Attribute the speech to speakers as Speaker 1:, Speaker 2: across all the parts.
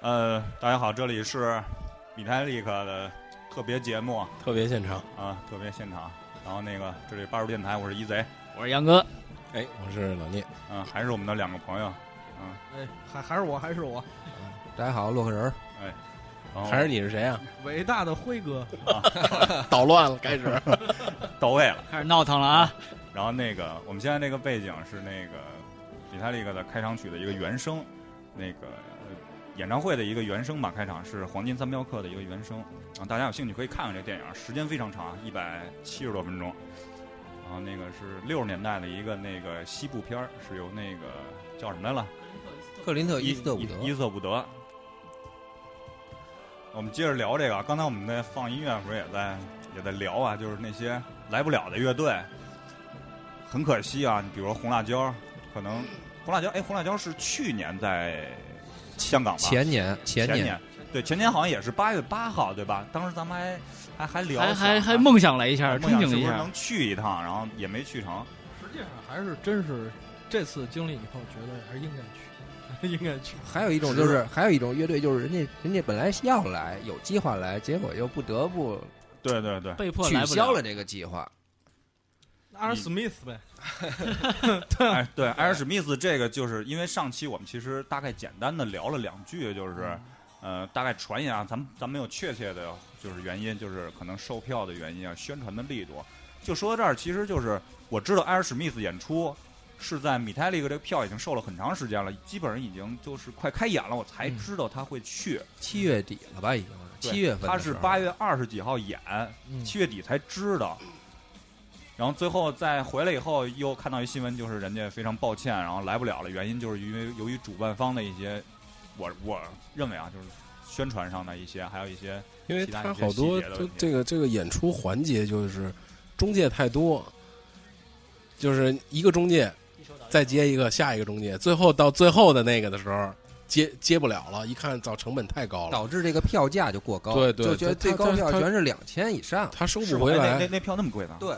Speaker 1: 呃，大家好，这里是米泰利克的特别节目啊、
Speaker 2: 特别现场。
Speaker 1: 特别现场。然后那个，这里八路电台，我是一贼，
Speaker 3: 我是杨哥，
Speaker 2: 哎，我是老聂。
Speaker 1: 嗯、还是我们的两个朋友，
Speaker 4: 哎，还还是我，还是我，
Speaker 2: 大家好，洛克人儿，
Speaker 1: 然后
Speaker 2: 还是你是 谁啊？
Speaker 4: 伟大的辉哥，
Speaker 2: 捣乱了， 开始。
Speaker 1: 到位了。
Speaker 3: 开始闹腾了啊！
Speaker 1: 然后那个，我们现在那个背景是那个米泰利克的开场曲的一个原声，那个呃演唱会的一个原声吧，开场是《黄金三镖客》的一个原声。然后大家有兴趣可以看看这电影，时间非常长，一百七十多分钟。然后那个是六十年代的一个那个西部片儿，是由那个叫什么来了？
Speaker 2: 克林特
Speaker 1: 伊伊伊瑟伍德。我们接着聊这个啊，刚才我们在放音乐的时候也在也在聊啊，就是那些来不了的乐队，很可惜啊。你比如说红辣椒，可
Speaker 3: 嗯
Speaker 1: 能红辣椒，哎，红辣椒是去年在香港吧？
Speaker 5: 前年，前
Speaker 1: 前年，对，前年好像也是八月八号，对吧？当时咱们还还还聊
Speaker 3: 还
Speaker 1: 想
Speaker 3: 还还梦想了 一下，
Speaker 1: 还梦
Speaker 3: 憧
Speaker 1: 想
Speaker 3: 憬
Speaker 1: 是
Speaker 3: 一
Speaker 1: 不是
Speaker 3: 下
Speaker 1: 能，去一趟，然后也没去成。
Speaker 4: 哎实际上还是真是这次经历以后，觉得还是应该去，还是应该去。
Speaker 5: 还有一种就是，还有一种乐队就是人家人家本来要来，有计划来，结果又不得不
Speaker 1: 对对对，
Speaker 3: 被迫来
Speaker 5: 取
Speaker 3: 不
Speaker 5: 消了。
Speaker 3: 了
Speaker 5: 这个计划。
Speaker 4: 阿尔史密斯呗，
Speaker 1: 哎，对，艾尔史密斯这个就是因为上期我们其实大概简单的聊了两句，就是
Speaker 5: 嗯
Speaker 1: 呃，大概传言啊，咱们咱们没有确切的，就是原因，就是可能售票的原因啊，宣传的力度。就说到这儿，其实就是我知道艾尔史密斯演出是在米泰利克这个票已经售了很长时间了，基本上已经就是快开演了，我才
Speaker 5: 嗯
Speaker 1: 知道他会去。
Speaker 5: 七月底了吧，已经
Speaker 1: 对
Speaker 5: 七月份的时候。
Speaker 1: 他是八月二十几号演，
Speaker 5: 嗯
Speaker 1: 七月底才知道。然后最后再回来以后，又看到一新闻，就是人家非常抱歉，然后来不了了，原因就是因为由于主办方的一些，我我认为啊，就是宣传上的一些，还有一些
Speaker 2: 因为
Speaker 1: 其他
Speaker 2: 他
Speaker 1: 一些
Speaker 2: 好多
Speaker 1: 细节的
Speaker 2: 就
Speaker 1: 问题
Speaker 2: 这个这个演出环节就是中介太多，就是一个中介再接一个下一个中介，最后到最后的那个的时候接接不了了，一看造成本太高了，
Speaker 5: 导致这个票价就过高，
Speaker 2: 对对
Speaker 5: 就觉得
Speaker 2: 就
Speaker 5: 最
Speaker 2: 他
Speaker 5: 高
Speaker 2: 他
Speaker 5: 票
Speaker 2: 他
Speaker 5: 全是两千以上。
Speaker 2: 他收
Speaker 1: 是吧
Speaker 2: 不回
Speaker 1: 哎那那
Speaker 2: 来，
Speaker 1: 那票那么贵呢？
Speaker 5: 对，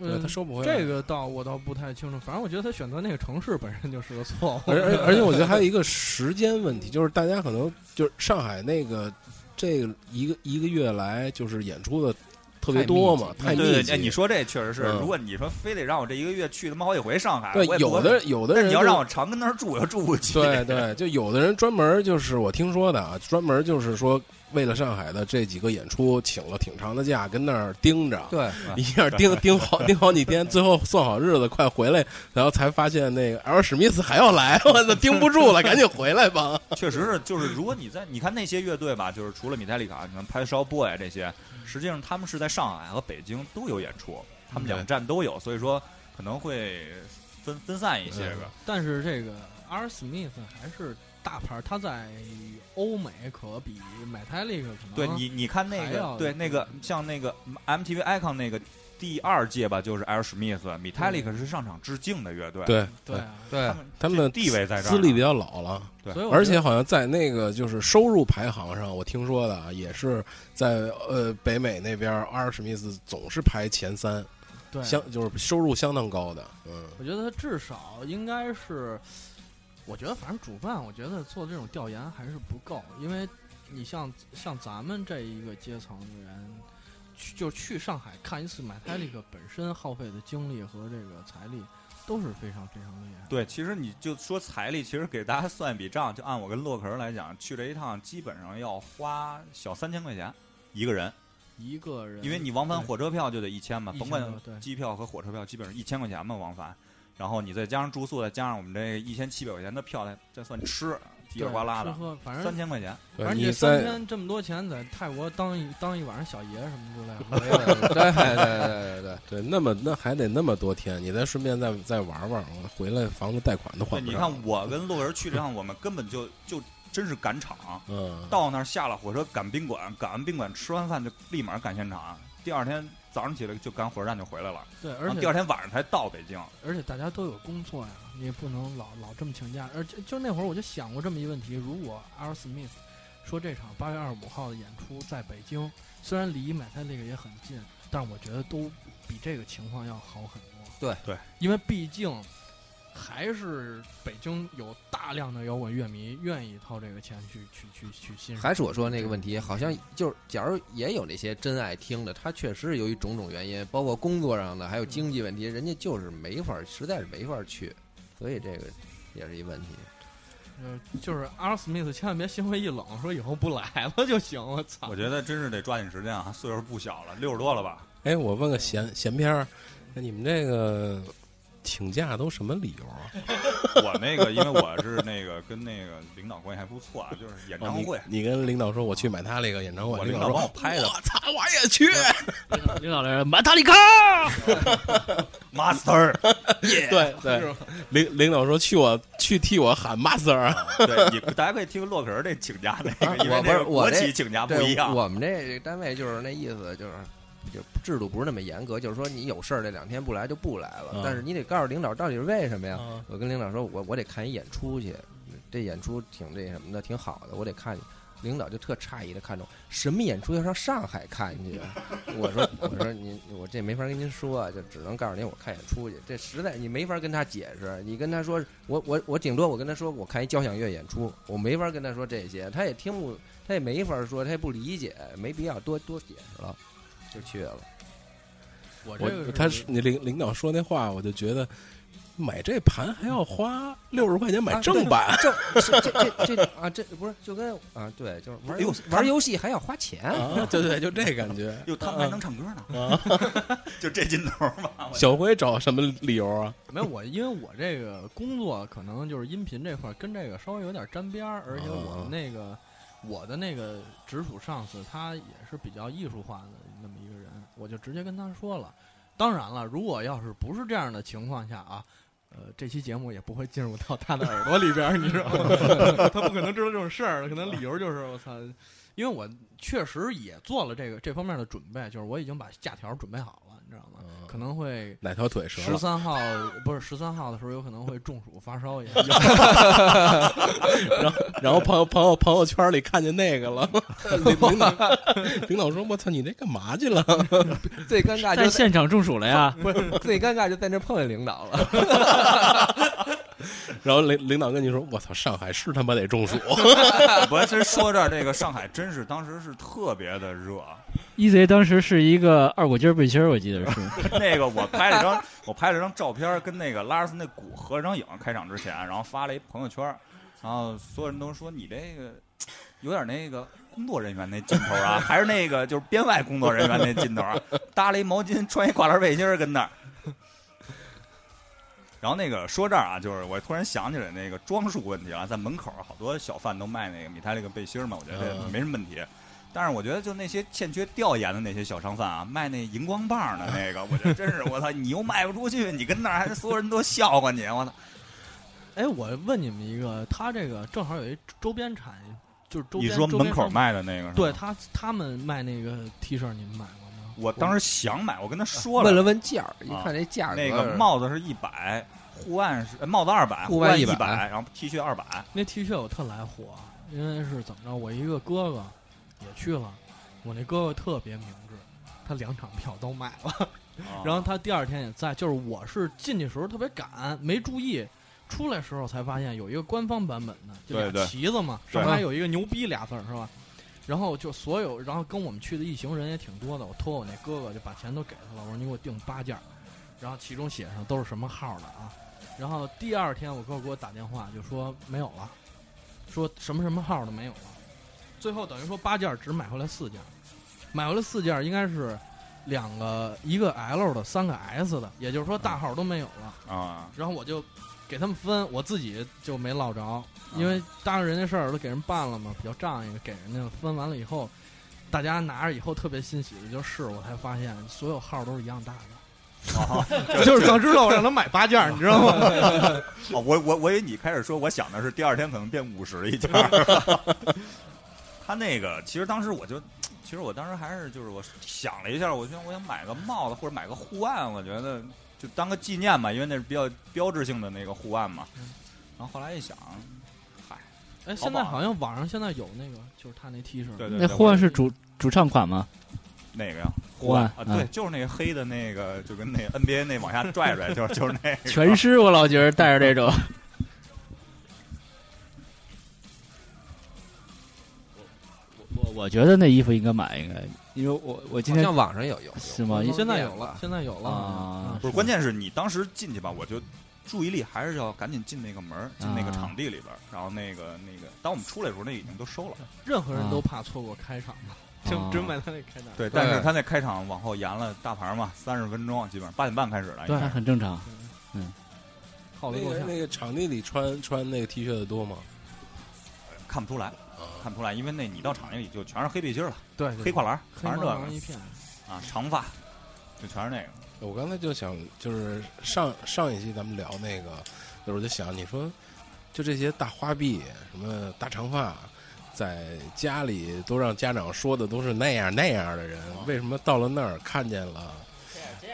Speaker 2: 对他收不回来。
Speaker 4: 嗯这个倒我倒不太清楚，反正我觉得他选择那个城市本身就是个错 误。
Speaker 2: 而而而且我觉得还有一个时间问题，就是大家可能就是上海那个这个一个一个月来就是演出的特别多嘛，太
Speaker 1: 对
Speaker 2: 密
Speaker 1: 对
Speaker 2: 集。
Speaker 1: 对，哎你说这确实是，
Speaker 2: 嗯
Speaker 1: 如果你说非得让我这一个月去他妈好几回上海，
Speaker 2: 对
Speaker 1: 我也不
Speaker 2: 有的有的
Speaker 1: 那
Speaker 2: 人
Speaker 1: 你要
Speaker 2: 就
Speaker 1: 让我常跟那儿住，我又住不起。
Speaker 2: 对对，就有的人专门就是我听说的啊，专门就是说为了上海的这几个演出请了挺长的假，跟那儿盯着，
Speaker 5: 对，
Speaker 2: 一下盯盯好盯好几天，最后算好日子快回来，然后才发现那个 L 史密斯还要来， 我操，盯不住了，赶紧回来吧。
Speaker 1: 确实是，就是如果你在你看那些乐队吧，就是除了米泰利卡，你看 p a s h Boy 这些，
Speaker 4: 嗯
Speaker 1: 实际上他们是在上海和北京都有演出，他们两站都有，所以说可能会分分散一些
Speaker 2: 嗯
Speaker 1: 个。
Speaker 4: 但是这个阿尔史密斯还是大牌，他在欧美可比买泰利克可能
Speaker 1: 对你，你看那
Speaker 4: 嗯还
Speaker 1: 个
Speaker 4: 要，
Speaker 1: 对那个像那个 MTV Icon 那个第二届吧，就是 L. Smith、米泰利克是上场致敬的乐队，
Speaker 2: 对，
Speaker 4: 对啊，
Speaker 5: 对
Speaker 1: 他，们
Speaker 2: 他们的
Speaker 1: 地位在这儿
Speaker 2: 资历
Speaker 1: 呢
Speaker 2: 比较老了。
Speaker 1: 对
Speaker 4: 所以我觉得
Speaker 2: 而且好像在那个就是收入排行上，我听说的啊，也是在呃北美那边，阿尔史密斯总是排前三，
Speaker 4: 对
Speaker 2: 相就是收入相当高的。嗯，
Speaker 4: 我觉得他至少应该是，我觉得反正主办，我觉得做这种调研还是不够，因为你像像咱们这一个阶层的人，去就去上海看一次买泰利克，本身耗费的精力和这个财力都是非常非常厉害的。
Speaker 1: 对，其实你就说财力，其实给大家算一笔账，就按我跟洛克人来讲，去这一趟基本上要花小三千块钱一个人。
Speaker 4: 一个人，
Speaker 1: 因为你往返
Speaker 4: 对
Speaker 1: 火车票就得一千嘛，
Speaker 4: 1000
Speaker 1: 甭管
Speaker 4: 多对
Speaker 1: 机票和火车票，基本上一千块钱嘛往返，然后你再加上住宿，再加上我们这一千七百块钱的票，再再算吃，叽里
Speaker 4: 对
Speaker 1: 呱啦
Speaker 4: 吃
Speaker 1: 的，
Speaker 4: 喝，反
Speaker 1: 三
Speaker 4: 正。
Speaker 1: 千块钱。
Speaker 2: 对
Speaker 4: 而
Speaker 2: 你
Speaker 4: 且三
Speaker 2: 在
Speaker 4: 天这么多钱，在泰国当一当一晚上小爷什么之类 的，
Speaker 5: 对对对对对对，
Speaker 2: 对那么那还得那么多天，你再顺便再再玩玩，我回来房子贷款都
Speaker 1: 对，
Speaker 2: 还不
Speaker 1: 你
Speaker 2: 上。
Speaker 1: 看我跟洛人去这趟，我们根本就就真是赶场，
Speaker 2: 嗯，
Speaker 1: 到那儿下了火车赶宾馆，赶完宾馆吃完饭就立马赶现场，第二天早上起来就赶火车站就回来了，
Speaker 4: 对，而
Speaker 1: 然后
Speaker 4: 且啊
Speaker 1: 第二天晚上才到北京。
Speaker 4: 而且大家都有工作呀，你也不能老老这么请假。而且就那会儿我就想过这么一个问题：如果 L. Smith 说这场八月二十五号的演出在北京，虽然离买菜那个也很近，但是我觉得都比这个情况要好很多。
Speaker 5: 对
Speaker 1: 对，
Speaker 4: 因为毕竟还是北京有大量的摇滚乐迷愿意掏这个钱去去去去欣赏。
Speaker 5: 还是我说那个问题，好像就是，假如也有那些真爱听的，他确实是由于种种原因，包括工作上的，
Speaker 2: 嗯
Speaker 5: 还有经济问题，人家就是没法儿，实在是没法儿去，所以这个也是一问题。
Speaker 4: 呃，就是阿尔斯密斯，千万别心灰意冷，说以后不来了就行。我操！
Speaker 1: 我觉得真是得抓紧时间啊，岁数不小了，六十多了吧？
Speaker 2: 哎，我问个闲闲篇儿，那你们这个请假都什么理由啊？
Speaker 1: 我那个，因为我是那个跟那个领导关系还不错啊，就是演唱会
Speaker 2: 哦，你你跟领导说我去买他那个演唱会，
Speaker 1: 我
Speaker 2: 领
Speaker 1: 领导
Speaker 2: 说
Speaker 1: 帮我拍的
Speaker 2: 我操，我 也去。
Speaker 3: 领导领导来了，马塔里卡，
Speaker 1: master，
Speaker 2: 对对， 领领导说去我去替我喊 master，
Speaker 1: 对，你大家可以听洛克人这请假那
Speaker 5: 啊
Speaker 1: 个，因为
Speaker 5: 我不是
Speaker 1: 那个
Speaker 5: 我
Speaker 1: 国
Speaker 5: 这
Speaker 1: 企请
Speaker 2: 啊
Speaker 1: 假不
Speaker 5: 对，
Speaker 1: 一样。
Speaker 5: 我们这单位就是那意思，就是就制度不是那么严格，就是说你有事儿这两天不来就不来了，
Speaker 2: 嗯
Speaker 5: 但是你得告诉领导到底是为什么呀？
Speaker 2: 嗯
Speaker 5: 我跟领导说，我我得看一演出去，这演出挺那什么的，挺好的，我得看去。领导就特诧异的看着我，什么演出要上上海看去啊？ 我说我说您我这没法跟您说啊，就只能告诉您我看演出去，这实在你没法跟他解释，你跟他说我我我顶多我跟他说我看一交响乐演出，我没法跟他说这些，他也听不他也没法说，他也不理解，没必要多多解释了，就去 了。
Speaker 4: 我这 个
Speaker 2: 我
Speaker 4: 是
Speaker 2: 他是你领领导说那话，我就觉得买这盘还要花六十块钱
Speaker 4: 啊
Speaker 2: 买正版，
Speaker 5: 正是这这这啊，这不是就跟啊，对，就是玩
Speaker 1: 哎呦
Speaker 5: 游玩游戏还要花钱，
Speaker 2: 啊 对对，就这感觉。
Speaker 1: 哟，他们还能唱歌呢，
Speaker 2: 啊，
Speaker 1: 就这劲头儿
Speaker 4: 啊
Speaker 1: 嘛。我
Speaker 2: 小辉找什么理由啊？
Speaker 4: 没有我，因为我这个工作可能就是音频这块儿跟这个稍微有点沾边儿，而且我
Speaker 5: 啊
Speaker 4: 们那个、我的那个直属上司他也是比较艺术化的那么一个人，我就直接跟他说了。当然了，如果要是不是这样的情况下啊，呃，这期节目也不会进入到他的耳朵里边儿，你知道吗？ 他不可能知道这种事儿，可能理由就是我操，因为我确实也做了这个这方面的准备，就是我已经把假条准备好了，你知道吗？可能会
Speaker 2: 哪条腿折
Speaker 4: 十
Speaker 2: 了？
Speaker 4: 三号不是十三号的时候，有可能会中暑发烧一下。
Speaker 2: 然后朋友朋友朋友圈里看见那个 了，领领导领导说：“我操，你那干嘛去了
Speaker 5: 最尴
Speaker 4: 啊
Speaker 5: 尬
Speaker 3: 在
Speaker 5: 就在
Speaker 3: 现场中暑 了呀！
Speaker 5: 不是最尴尬就在那碰见领导了，？”
Speaker 2: 然后领领导跟你说：“我操，上海是他妈得 中暑。
Speaker 1: 我还真说这儿这个上海，真是当时是特别的热。
Speaker 3: 一贼，E 当时是一个二裹筋儿背心儿，我记得是。
Speaker 1: 那个我拍了张，我拍了张照片，跟那个拉尔森那鼓合了张影，开场之前，然后发了一朋友圈，然后所有人都说你这个有点那个工作人员那劲头 啊，还是那个就是编外工作人员那劲头啊，搭了一毛巾，穿一跨栏背心儿跟那儿。然后那个说这儿啊，就是我突然想起来那个装束问题了，在门口儿好多小贩都卖那个米泰那个背心儿嘛，我觉得这
Speaker 2: 嗯
Speaker 1: 没什么问题。但是我觉得就那些欠缺调研的那些小商贩啊，卖那荧光棒的那个，我觉得真是我操，你又卖不出去，你跟那儿还所有人都笑话你，我操！
Speaker 4: 哎，我问你们一个，他这个正好有一周边产业，就是周
Speaker 1: 你
Speaker 4: 边
Speaker 1: 说
Speaker 4: 周
Speaker 1: 门
Speaker 4: 边
Speaker 1: 口
Speaker 4: 商品
Speaker 1: 卖的那个，
Speaker 4: 对，他他们卖那个 T 恤，你们买过吗？
Speaker 1: 我当时想买，我跟他说
Speaker 5: 问了
Speaker 1: 了，
Speaker 5: 问价儿，一看这价格，
Speaker 1: 那个帽子是一百，护腕是呃帽子二百，
Speaker 5: 护
Speaker 1: 护
Speaker 5: 腕
Speaker 1: 一
Speaker 5: 100，
Speaker 1: 然后 T 恤二百，
Speaker 4: 那 T 恤我特来火，因为是怎么着，我一个哥哥也去了，我那哥哥特别明智，他两场票都买了。
Speaker 1: 哦
Speaker 4: 然后他第二天也在，就是我是进去时候特别赶，没注意，出来时候才发现有一个官方版本的，就
Speaker 1: 对对
Speaker 4: 俩旗子嘛，
Speaker 1: 对
Speaker 4: 上面还有一个牛逼俩字儿是吧？然后就所有，然后跟我们去的一行人也挺多的，我托我那哥哥就把钱都给他了，我说你给我订八件儿，然后其中写上都是什么号的啊。然后第二天我哥给我打电话就说没有了，说什么什么号的没有了。最后等于说八件儿只买回来四件儿，买回来四件儿应该是两个一个 L 的，三个 S 的，也就是说大号都没有了。
Speaker 1: 啊，
Speaker 4: 然后我就给他们分，我自己就没落着，因为答应人家事儿都给人办了嘛，比较仗义的给人家了分完了以后，大家拿着以后特别欣喜的就是，我才发现所有号都是一样大的。
Speaker 1: 哦
Speaker 4: 就是早知道我让他买八件儿，你知道吗？
Speaker 1: 哦我我我以为你开始说，我想的是第二天可能变五十一件。 他那个其实当时我就，其实我当时还是就是我想了一下，我觉得我想买个帽子或者买个护腕，我觉得就当个纪念吧，因为那是比较标志性的那个护腕嘛
Speaker 4: 嗯。
Speaker 1: 然后后来一想，
Speaker 4: 哎，现在好像网上现在有那个，就是他那 T 恤，
Speaker 1: 对对
Speaker 3: 那
Speaker 1: 对，
Speaker 3: 霍万是主主唱款吗？
Speaker 1: 哪个呀？换
Speaker 3: 换
Speaker 1: 啊，
Speaker 3: 啊
Speaker 1: 对，就是那个黑的那个，就跟那 NBA 那往下拽拽，就是就是那个。 啊
Speaker 3: 全尸，我老觉得带着这种，我我我觉得那衣服应该买， 应该，因为我我今
Speaker 5: 好
Speaker 3: 天
Speaker 5: 像网上有有
Speaker 3: 是吗？
Speaker 4: 嗯现在有
Speaker 5: 练
Speaker 4: 了
Speaker 5: 吧，
Speaker 4: 现在有了
Speaker 3: 啊
Speaker 4: 嗯
Speaker 1: 不是，关键是你当时进去吧，我就注意力还是要赶紧进那个门儿，进那个
Speaker 3: 啊
Speaker 1: 场地里边儿，然后那个那个，当我们出来的时候，那已经都收了。
Speaker 4: 任何人
Speaker 3: 啊
Speaker 4: 都怕错过开场 嘛，
Speaker 3: 啊
Speaker 4: 真真买他那开场。
Speaker 1: 对，
Speaker 5: 对
Speaker 1: 但是他那开场往后延了大盘嘛，三十分钟，基本上八点半开始了。
Speaker 3: 对，那，很正常。
Speaker 4: 套路
Speaker 2: 那
Speaker 4: 够
Speaker 2: 个
Speaker 4: 呛。
Speaker 2: 那个场地里穿穿那个 T 恤的多吗？
Speaker 1: 看不出来，
Speaker 2: 啊，
Speaker 1: 看不出来，因为那你到场地里就全是黑背心儿了，
Speaker 4: 对，对
Speaker 1: 黑跨栏儿，
Speaker 4: 黑
Speaker 1: 全是
Speaker 4: 茫
Speaker 1: 这
Speaker 4: 茫
Speaker 1: 个
Speaker 4: 一片。
Speaker 1: 啊，长发，就全是那个。
Speaker 2: 我刚才就想，就是上上一期咱们聊那个，就是我就想，你说就这些大花臂，什么大长发，在家里都让家长说的都是那样那样的人，为什么到了那儿看见了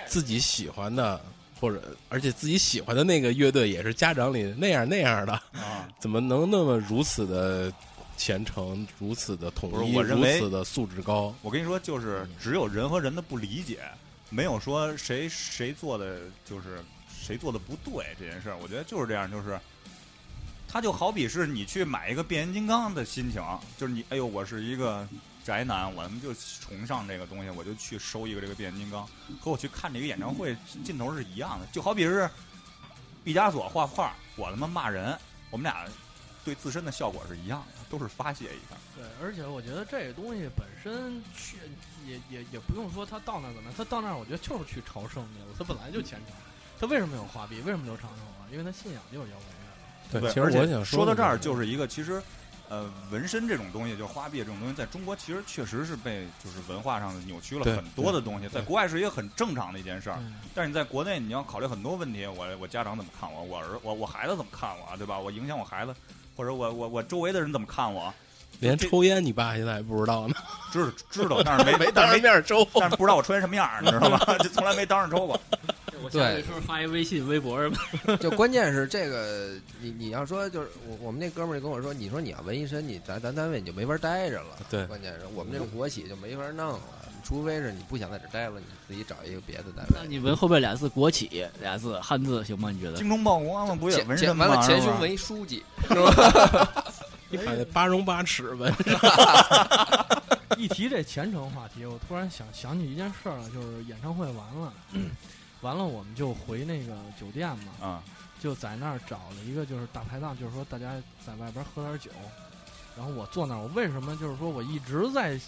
Speaker 2: 自己喜欢的，或者而且自己喜欢的那个乐队也是家长里那样那样的，
Speaker 1: 啊，
Speaker 2: 怎么能那么如此的虔诚，如此的统
Speaker 1: 不
Speaker 2: 一，
Speaker 1: 是我认
Speaker 2: 如
Speaker 1: 为
Speaker 2: 此的素质高？
Speaker 1: 我跟你说，就是只有人和人的不理解，没有说谁谁做的就是谁做的不对这件事儿。我觉得就是这样，就是他就好比是你去买一个变形金刚的心情，就是你哎呦，我是一个宅男，我他妈就崇尚这个东西，我就去收一个这个变形金刚，和我去看这个演唱会劲头是一样的。就好比是毕加索画画，我他妈骂人，我们俩对自身的效果是一样的，都是发泄一下。
Speaker 4: 对，而且我觉得这个东西本身去也也也不用说他到那儿怎么样，他到那儿我觉得就是去朝圣去了，他本来就虔诚，他为什么有花臂，为什么有长头发？因为他信仰就是摇滚乐。
Speaker 2: 对，
Speaker 1: 对，
Speaker 2: 其实
Speaker 1: 而且
Speaker 2: 我想
Speaker 1: 说到
Speaker 2: 的
Speaker 1: 这儿，
Speaker 2: 是
Speaker 1: 就是一个其实，呃，纹身这种东西，就是花臂这种东西，在中国其实确实是被就是文化上扭曲了
Speaker 2: 对
Speaker 1: 很多的东西，在
Speaker 2: 对
Speaker 1: 国外是一个很正常的一件事儿，
Speaker 4: 嗯
Speaker 1: 但是你在国内你要考虑很多问题，我我家长怎么看我，我儿我我孩子怎么看我，啊对吧？我影响我孩子，或者我我我周围的人怎么看我，
Speaker 2: 连
Speaker 1: 这
Speaker 2: 抽烟，你爸现在还不知 道呢。
Speaker 1: 知道知道，但是没但是没
Speaker 2: 面抽。
Speaker 1: 但是不知道我穿什么样儿，你知道吗？ 就从来没当上抽 过。
Speaker 3: 我
Speaker 5: 下回
Speaker 3: 是不是发一微信、微博什么？
Speaker 5: 就关键是这个，你你要说就是我我们那哥们儿就跟我说，你说你要纹一身，你咱咱单位你就没法待着了。
Speaker 2: 对
Speaker 5: 关键是我们这种国企就没法弄了，除非是你不想在这待了，你自己找一个别的单
Speaker 3: 那
Speaker 5: 位。
Speaker 3: 你纹后边俩字“国企”俩字汉字行吗？你觉得？
Speaker 1: 精忠报国嘛，不也
Speaker 5: 前
Speaker 1: 纹身
Speaker 5: 前
Speaker 1: 吗？
Speaker 5: 完了前
Speaker 1: 是吧
Speaker 5: 胸纹一书记是吧？
Speaker 2: 你把那八荣八耻纹上，
Speaker 4: 一提这虔诚话题，我突然想想起一件事儿了，就是演唱会完了， 完了我们就回那个酒店嘛，
Speaker 1: 啊，
Speaker 4: 就在那儿找了一个就是大排档，就是说大家在外边喝点酒，然后我坐那儿，我为什么就是说我一直在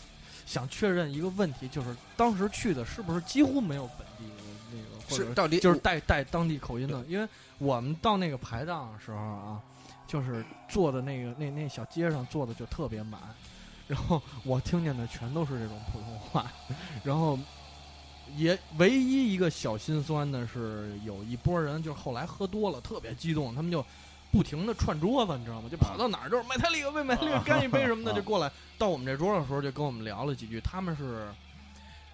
Speaker 4: 想确认一个问题，就是当时去的是不是几乎没有本地的那个或者
Speaker 5: 是到底
Speaker 4: 就是带带当地口音的，因为我们到那个排档的时候啊，就是坐的那个那那小街上坐的就特别满，然后我听见的全都是这种普通话，然后也唯一一个小心酸的是，有一波人就是后来喝多了，特别激动，他们就不停的串桌子，你知道吗？就跑到哪儿就是买他那个杯，买他那个干一杯什么的，就过来到我们这桌的时候，就跟我们聊了几句，他们是。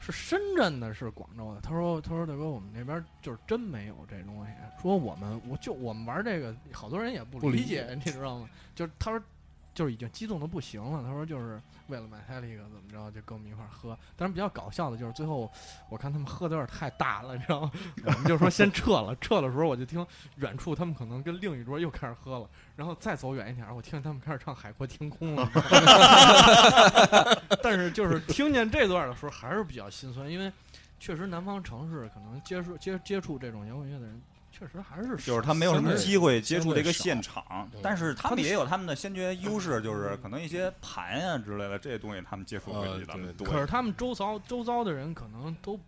Speaker 4: 是深圳的，是广州的。他说：“他说大哥，我们那边就是真没有这东西。说我们，我就我们玩这个，好多人也不
Speaker 2: 不理
Speaker 4: 理解，你知道吗？就是他说，就是已经激动的不行了。他说就是为了买他这个怎么着，就跟我们一块儿喝。但是比较搞笑的就是最后我看他们喝的有点太大了，你知道吗？我们就说先撤了。撤的时候我就听远处他们可能跟另一桌又开始喝了，然后再走远一点儿，我听见他们开始唱《海阔天空》了。 但是就是听见这段的时候，还是比较心酸，因为确实南方城市可能接触接接触这种摇滚乐的人，确实还是
Speaker 1: 就是他没有什么机会接触这个现场
Speaker 2: 对，
Speaker 1: 但是他们也有他们的先决优势，就是可能一些盘啊之类的这些东西，他们接触会比咱们多
Speaker 4: 呃可。是他们周遭周遭的人可能都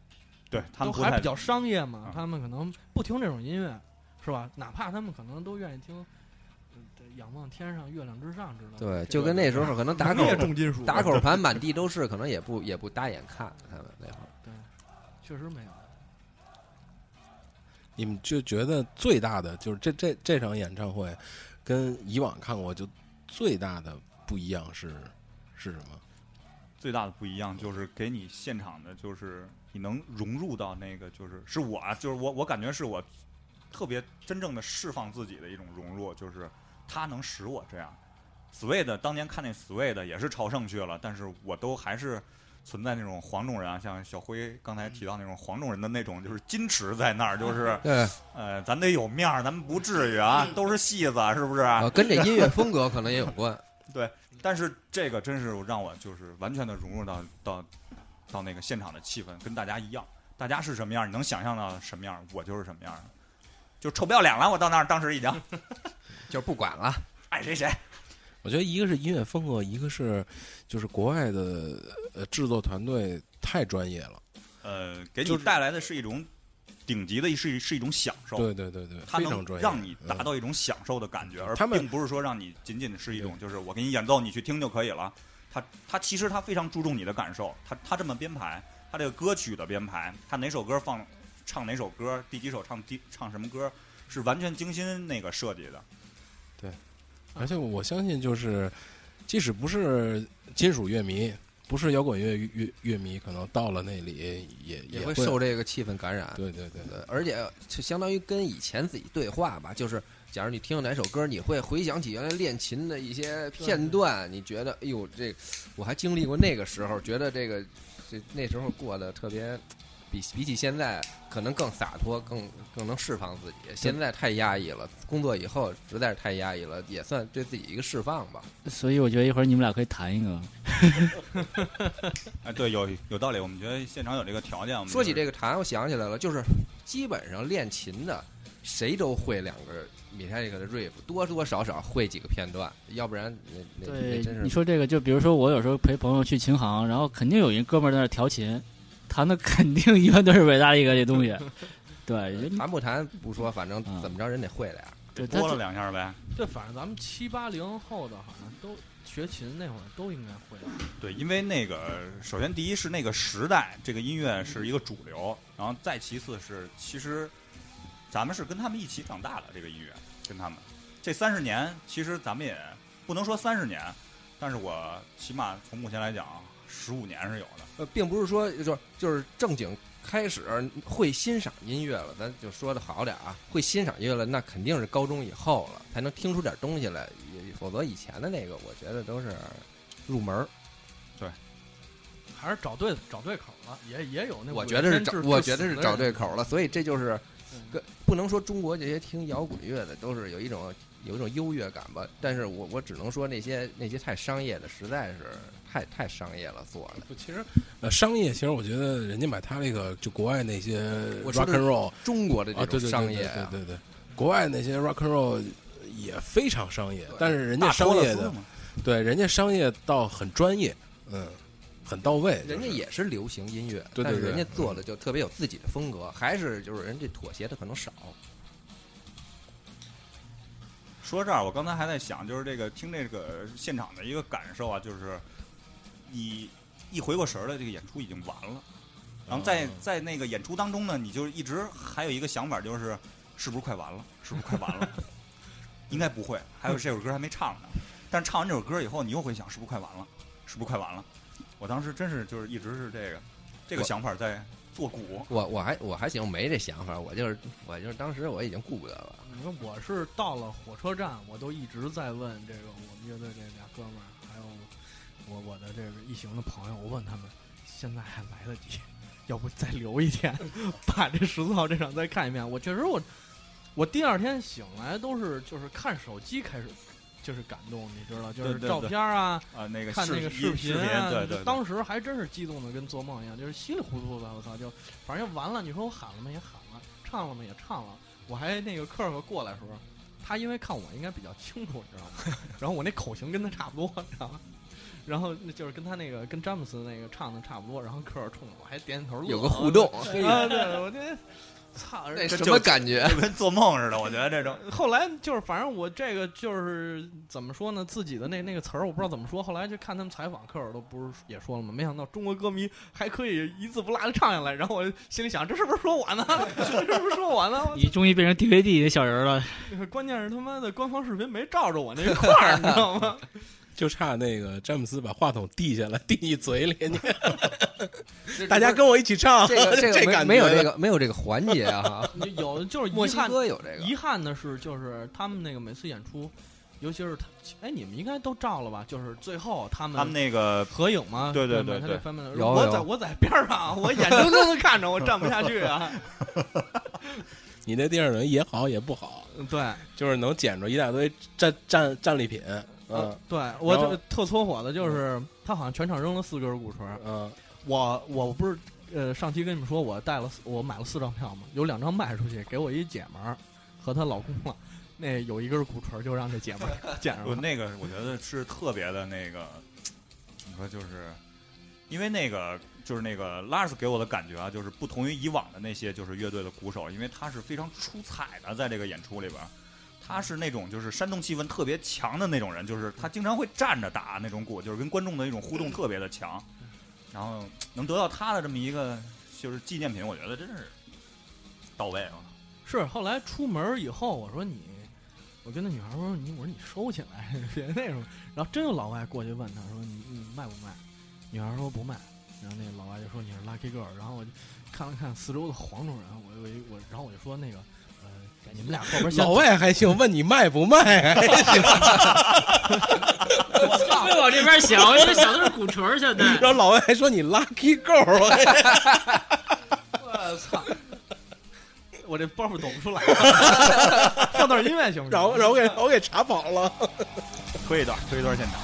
Speaker 1: 对他
Speaker 4: 都
Speaker 1: 们不
Speaker 4: 还
Speaker 1: 太
Speaker 4: 比较商业嘛，
Speaker 1: 嗯
Speaker 4: 他们可能不听这种音乐，是吧？哪怕他们可能都愿意听。呃仰望天上，月亮之上之类的。
Speaker 5: 对，
Speaker 4: 这
Speaker 5: 就
Speaker 4: 个
Speaker 5: 跟那时候可能打
Speaker 4: 农
Speaker 5: 狗
Speaker 4: 业重金属
Speaker 5: 打狗盘满地都是，可能也不也不搭眼看他们那会儿。
Speaker 4: 确实没有。
Speaker 2: 你们就觉得最大的就是这这这场演唱会，跟以往看过就最大的不一样是是什么？
Speaker 1: 最大的不一样就是给你现场的，就是你能融入到那个，就是是我啊，就是我，我感觉是我特别真正的释放自己的一种融入，就是他能使我这样。Sway 的当年看那 Sway 的也是朝圣去了，但是我都还是存在那种黄种人啊，像小辉刚才提到那种黄种人的那种，就是矜持在那儿，就是
Speaker 5: 对，
Speaker 1: 呃，咱得有面儿，咱们不至于啊，都是戏子，是不是？
Speaker 5: 啊，跟这音乐风格可能也有关。
Speaker 1: 但是这个真是让我就是完全的融入到到到那个现场的气氛，跟大家一样。大家是什么样，你能想象到什么样，我就是什么样的，就臭不要脸了。我到那儿当时已经
Speaker 5: 就是不管了，
Speaker 1: 爱谁谁。
Speaker 2: 我觉得一个是音乐风格，一个是就是国外的呃制作团队太专业了，
Speaker 1: 呃，给你
Speaker 2: 就是
Speaker 1: 带来的是一种顶级的，是一是一种享受。
Speaker 2: 对对对对，
Speaker 1: 它
Speaker 2: 非常
Speaker 1: 哦能
Speaker 2: 专业，
Speaker 1: 让你达
Speaker 2: 嗯
Speaker 1: 到一种享受的感觉，而
Speaker 2: 他们嗯
Speaker 1: 并不是说让你仅仅是一种就是我给你演奏，你去听就可以了。他他其实他非常注重你的感受，他他这么编排，他这个歌曲的编排，他哪首歌放唱哪首歌，第几首唱第唱什么歌，是完全精心那个设计的。
Speaker 2: 而且我相信，就是即使不是金属乐迷，不是摇滚乐乐乐迷，可能到了那里也
Speaker 5: 也
Speaker 2: 会
Speaker 5: 会受这个气氛感染。
Speaker 2: 对对对对
Speaker 5: 呃，而且就相当于跟以前自己对话吧，就是假如你听了哪首歌，你会回想起原来练琴的一些片段，你觉得哎呦，这我还经历过那个时候，觉得这个这那时候过得特别，比比起现在可能更洒脱，更更能释放自己。现在太压抑了，工作以后实在是太压抑了，也算对自己一个释放吧。
Speaker 3: 所以我觉得一会儿你们俩可以谈一个，
Speaker 1: 哎，对，有有道理。我们觉得现场有这个条件，我们
Speaker 5: 说起这
Speaker 1: 个，
Speaker 5: 个弹，我想起来了，就是基本上练琴的谁都会两个米开利克的 riff，多多少少会几个片段，要不然那那那
Speaker 3: 对
Speaker 5: 真，
Speaker 3: 你
Speaker 5: 是
Speaker 3: 说这个，就比如说我有时候陪朋友去琴行，然后肯定有一哥们儿在那儿调琴，弹的肯定一般都是伟大一个这东西。 对，人
Speaker 5: 弹不弹不说，反正
Speaker 3: 嗯
Speaker 5: 怎么着人得会俩。
Speaker 3: 对他
Speaker 1: 拨了
Speaker 3: 这
Speaker 1: 两下呗。
Speaker 4: 这反正咱们七八零后的，好像都学琴那会儿都应该会。
Speaker 1: 对，因为那个，首先第一是那个时代，这个音乐是一个主流，然后再其次是，其实咱们是跟他们一起长大的，这个音乐跟他们这三十年，其实咱们也不能说三十年，但是我起码从目前来讲，十五年是有的。
Speaker 5: 呃，并不是说就是就是正经开始会欣赏音乐了，咱就说的好点啊，会欣赏音乐了，那肯定是高中以后了才能听出点东西来，也否则以前的那个我觉得都是入门儿。
Speaker 4: 还是找对找对口了，也也有那
Speaker 5: 我
Speaker 4: 五
Speaker 5: 觉得是
Speaker 4: 天
Speaker 5: 找
Speaker 4: 至，
Speaker 5: 我
Speaker 4: 至
Speaker 5: 觉得
Speaker 4: 死
Speaker 5: 是
Speaker 4: 的
Speaker 5: 找
Speaker 4: 人
Speaker 5: 对口了，所以这就是
Speaker 4: 嗯，
Speaker 5: 跟不能说中国这些听摇滚乐的都是有一种有一种优越感吧，但是我我只能说那些那些太商业的实在是太太商业了做的。
Speaker 2: 不其实呃，商业其实我觉得人家买它那个就国外那些
Speaker 5: 我说
Speaker 2: rock
Speaker 5: 的
Speaker 2: and roll
Speaker 5: 中国的
Speaker 2: 啊，对
Speaker 5: 这种
Speaker 2: 对对
Speaker 5: 商
Speaker 2: 对
Speaker 5: 业
Speaker 2: 对
Speaker 5: 啊，
Speaker 2: 对对，国外那些 rock and roll 也非常商业
Speaker 5: 对，
Speaker 2: 但是人家
Speaker 1: 大
Speaker 2: 商
Speaker 1: 托勒
Speaker 2: 业
Speaker 1: 斯
Speaker 2: 的
Speaker 1: 嘛，
Speaker 2: 对人家商业倒很专业，嗯，很到位，
Speaker 5: 人家
Speaker 2: 就是
Speaker 5: 也是流行音乐，
Speaker 2: 对对
Speaker 5: 但是
Speaker 2: 对嗯
Speaker 5: 人家做的就特别有自己的风格，还是就是人家妥协的可能少。
Speaker 1: 说这儿，我刚才还在想，就是这个听这个现场的一个感受啊，就是你一回过神儿来，这个演出已经完了，然后在
Speaker 2: 嗯
Speaker 1: 在那个演出当中呢，你就一直还有一个想法，就是是不是快完了？是不是快完了？ 应该不会，还有这首歌还没唱呢。但是唱完这首歌以后，你又会想，是不是快完了？是不是快完了？我当时真是就是一直是这个这个
Speaker 5: 我
Speaker 1: 想法在做鼓，
Speaker 5: 我我还我还行，没这想法，我就是我就是当时我已经顾不得了。
Speaker 4: 你说我是到了火车站，我都一直在问这个我们乐队这俩哥们儿，还有我我的这个一行的朋友，我问他们现在还来得及， 要不再留一天， 把这十四号这场再看一遍。我确实我我第二天醒来都是就是看手机开始就是感动，你知道，就
Speaker 1: 对
Speaker 4: 是
Speaker 1: 对
Speaker 4: 照
Speaker 1: 对
Speaker 4: 片啊，
Speaker 1: 啊，那个
Speaker 4: 看那
Speaker 1: 视
Speaker 4: 个
Speaker 1: 视
Speaker 4: 频啊，
Speaker 1: 对对，对
Speaker 4: 当时还真是激动的跟做梦一样，就是稀里糊涂的，我操，就反正就完了。你说我喊了吗？也喊了，唱了吗？也唱了。我还那个克尔克过来的时候，他因为看我应该比较清楚，你知道吗？ 然后我那口型跟他差不多，你知道吗？然后那就是跟他那个跟詹姆斯那个唱的差不多，然后克尔冲我还点点头乐，
Speaker 5: 有个互动，
Speaker 4: 啊，对，我 这操，
Speaker 5: 那
Speaker 1: 这
Speaker 5: 什
Speaker 1: 就
Speaker 5: 么感觉？
Speaker 1: 就跟做梦似的，我觉得这种。
Speaker 4: 后来就是，反正我这个就是怎么说呢，自己的那那个词儿我不知道怎么说。后来就看他们采访，科尔都不是也说了吗？没想到中国歌迷还可以一字不落的唱下来。然后我心里想，这是不是说我呢？ 这是不是说我呢？
Speaker 3: 你终于变成 DVD 那小人儿 了，
Speaker 4: 关键是他妈的官方视频没照着我那块儿，你知道 吗？
Speaker 2: 就差那个詹姆斯把话筒递下来，递你嘴里，你
Speaker 5: 这
Speaker 2: 大家跟我一起 唱。
Speaker 5: 这个这
Speaker 2: 这
Speaker 5: 个
Speaker 2: 感觉
Speaker 5: 没没有这个没有这个环节啊！
Speaker 4: 有就是
Speaker 5: 墨
Speaker 4: 遗
Speaker 5: 西
Speaker 4: 憾，
Speaker 5: 哥有这个，
Speaker 4: 遗憾的是，就是他们那个每次演出，尤其是他，哎，你们应该都照了吧？就是最后他们
Speaker 1: 他们那个
Speaker 4: 合影吗？
Speaker 1: 对对
Speaker 4: 对
Speaker 1: 对
Speaker 4: 他
Speaker 1: 对
Speaker 4: 这翻面的
Speaker 5: 有
Speaker 4: 我
Speaker 5: 有
Speaker 4: 在我在边儿 上，我眼睁睁的看着，我站不下去啊。
Speaker 2: 你那电影人也好也不好，
Speaker 4: 嗯对，
Speaker 2: 就是能捡着一大堆战战战利品，嗯
Speaker 4: 呃对我
Speaker 2: 然后
Speaker 4: 这特搓火的就是他好像全场扔了四根鼓槌儿，
Speaker 2: 嗯，
Speaker 4: 我我不是呃上期跟你们说我带了四我买了四张票嘛，有两张卖出去，给我一姐们儿和她老公了。那有一根鼓槌儿就让这姐们儿 捡上
Speaker 1: 我
Speaker 4: 了。
Speaker 1: 那个我觉得是特别的那个，怎么说就是，因为那个就是那个 Lars 给我的感觉啊，就是不同于以往的那些就是乐队的鼓手，因为他是非常出彩的，在这个演出里边儿。他是那种就是煽动气氛特别强的那种人，就是他经常会站着打那种鼓，就是跟观众的一种互动特别的强，然后能得到他的这么一个就是纪念品，我觉得真是到位啊了。
Speaker 4: 是后来出门儿以后，我说你，我跟那女孩儿说你，我说你收起来， 别那什么。然后真有老外过去问她说你你卖不卖？女孩儿说不卖。然后那老外就说你是 lucky girl。然后我就看了看四周的黄种人，我我我，然后我就说那个呃，你们俩后边 儿先
Speaker 2: 老外还行，问你卖不 卖？
Speaker 3: 没往这边想，我这想的是鼓槌儿现 在。
Speaker 2: 然后老外还说你 lucky girl，
Speaker 4: 我操！我这包袱抖不 出来，放段音乐行不行？
Speaker 2: 然后然后给我给查跑了。
Speaker 1: 推一段，推一段现场。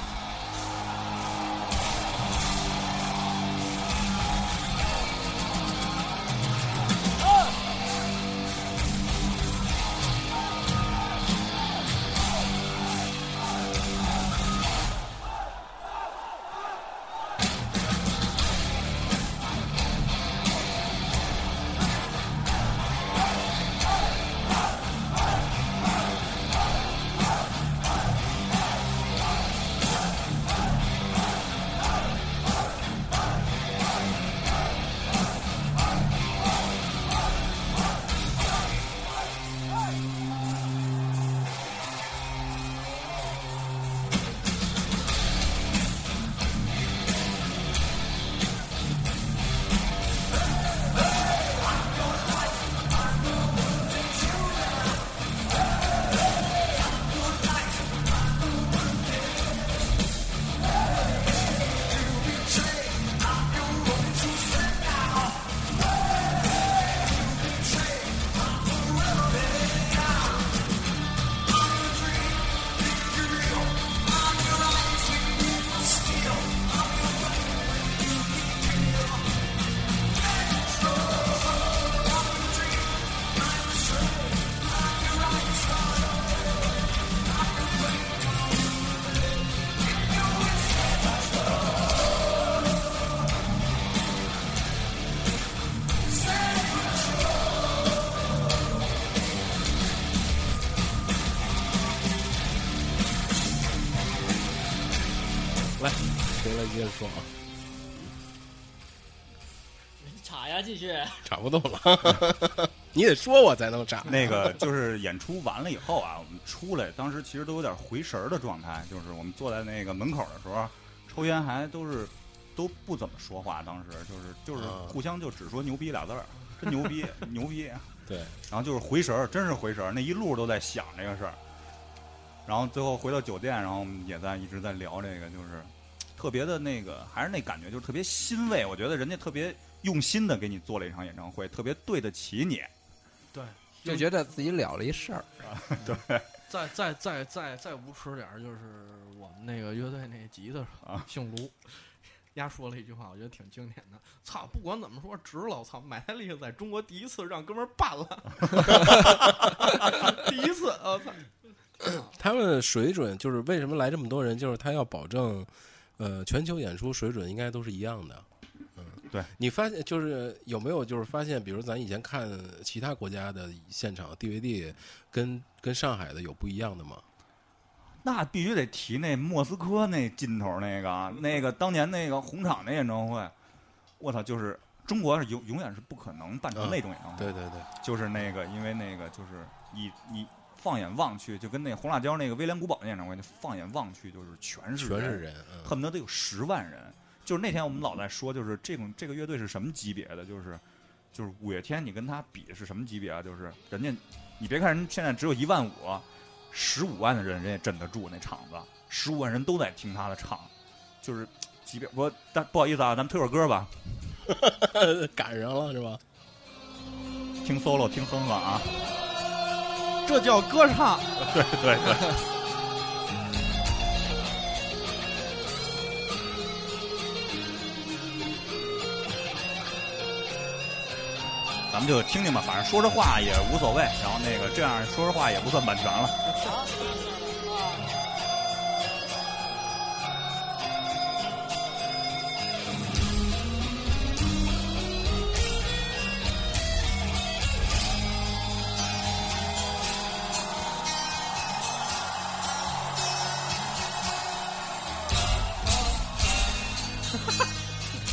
Speaker 2: 行了，接着说啊，
Speaker 3: 插呀，继续。
Speaker 2: 查不动了， 你得说我才能查。
Speaker 1: 那个就是演出完了以后啊，我们出来，当时其实都有点回神儿的状态，就是我们坐在那个门口的时候，抽烟还都是都不怎么说话，当时就是就是
Speaker 2: 啊
Speaker 1: 互相就只说牛逼俩字儿，真牛逼牛逼，
Speaker 2: 对，
Speaker 1: 然后就是回神儿，真是回神儿，那一路都在想这个事儿，然后最后回到酒店，然后我们也在一直在聊这个，就是特别的那个，还是那感觉，就是特别欣慰，我觉得人家特别用心的给你做了一场演唱会，特别对得起你。
Speaker 5: 就觉得自己了了一事儿。
Speaker 4: 再再再再再无耻点儿，就是我们那个乐队那吉他手
Speaker 1: 啊
Speaker 4: 姓卢，丫说了一句话，我觉得挺经典的。操，不管怎么说，值了！我操，买台利克在中国第一次让哥们儿办了， 第一次，我操！
Speaker 2: 他们水准就是为什么来这么多人，就是他要保证，呃，全球演出水准应该都是一样的。嗯，
Speaker 1: 对
Speaker 2: 你发现就是有没有就是发现，比如咱以前看其他国家的现场 DVD 跟跟上海的有不一样的吗？
Speaker 1: 那必须得提那莫斯科那劲头儿那个啊
Speaker 2: 嗯
Speaker 1: 那个当年那个红场那演唱会，我操，就是中国是永永远是不可能办成那种演唱会，
Speaker 2: 嗯对对对，
Speaker 1: 就是那个因为那个就是你你放眼望去，就跟那红辣椒那个威廉古堡那演唱会，你放眼望去就是全是
Speaker 2: 全是人，嗯，
Speaker 1: 恨不得得有十万人。就是那天我们老在说，就是这种这个乐队是什么级别的，就是就是五月天，你跟他比是什么级别啊？就是人家，你别看人现在只有一万五，十五万的人人也镇得住那场子，十五万人都在听他的唱，就是即便我但不好意思啊，咱们推会儿歌吧，
Speaker 2: 赶上了是吧？
Speaker 1: 听 solo 听哼哼啊，
Speaker 4: 这叫歌唱。
Speaker 1: 对对对。咱们就听听吧，反正说着话也无所谓，然后那个这样说着话也不算版权了。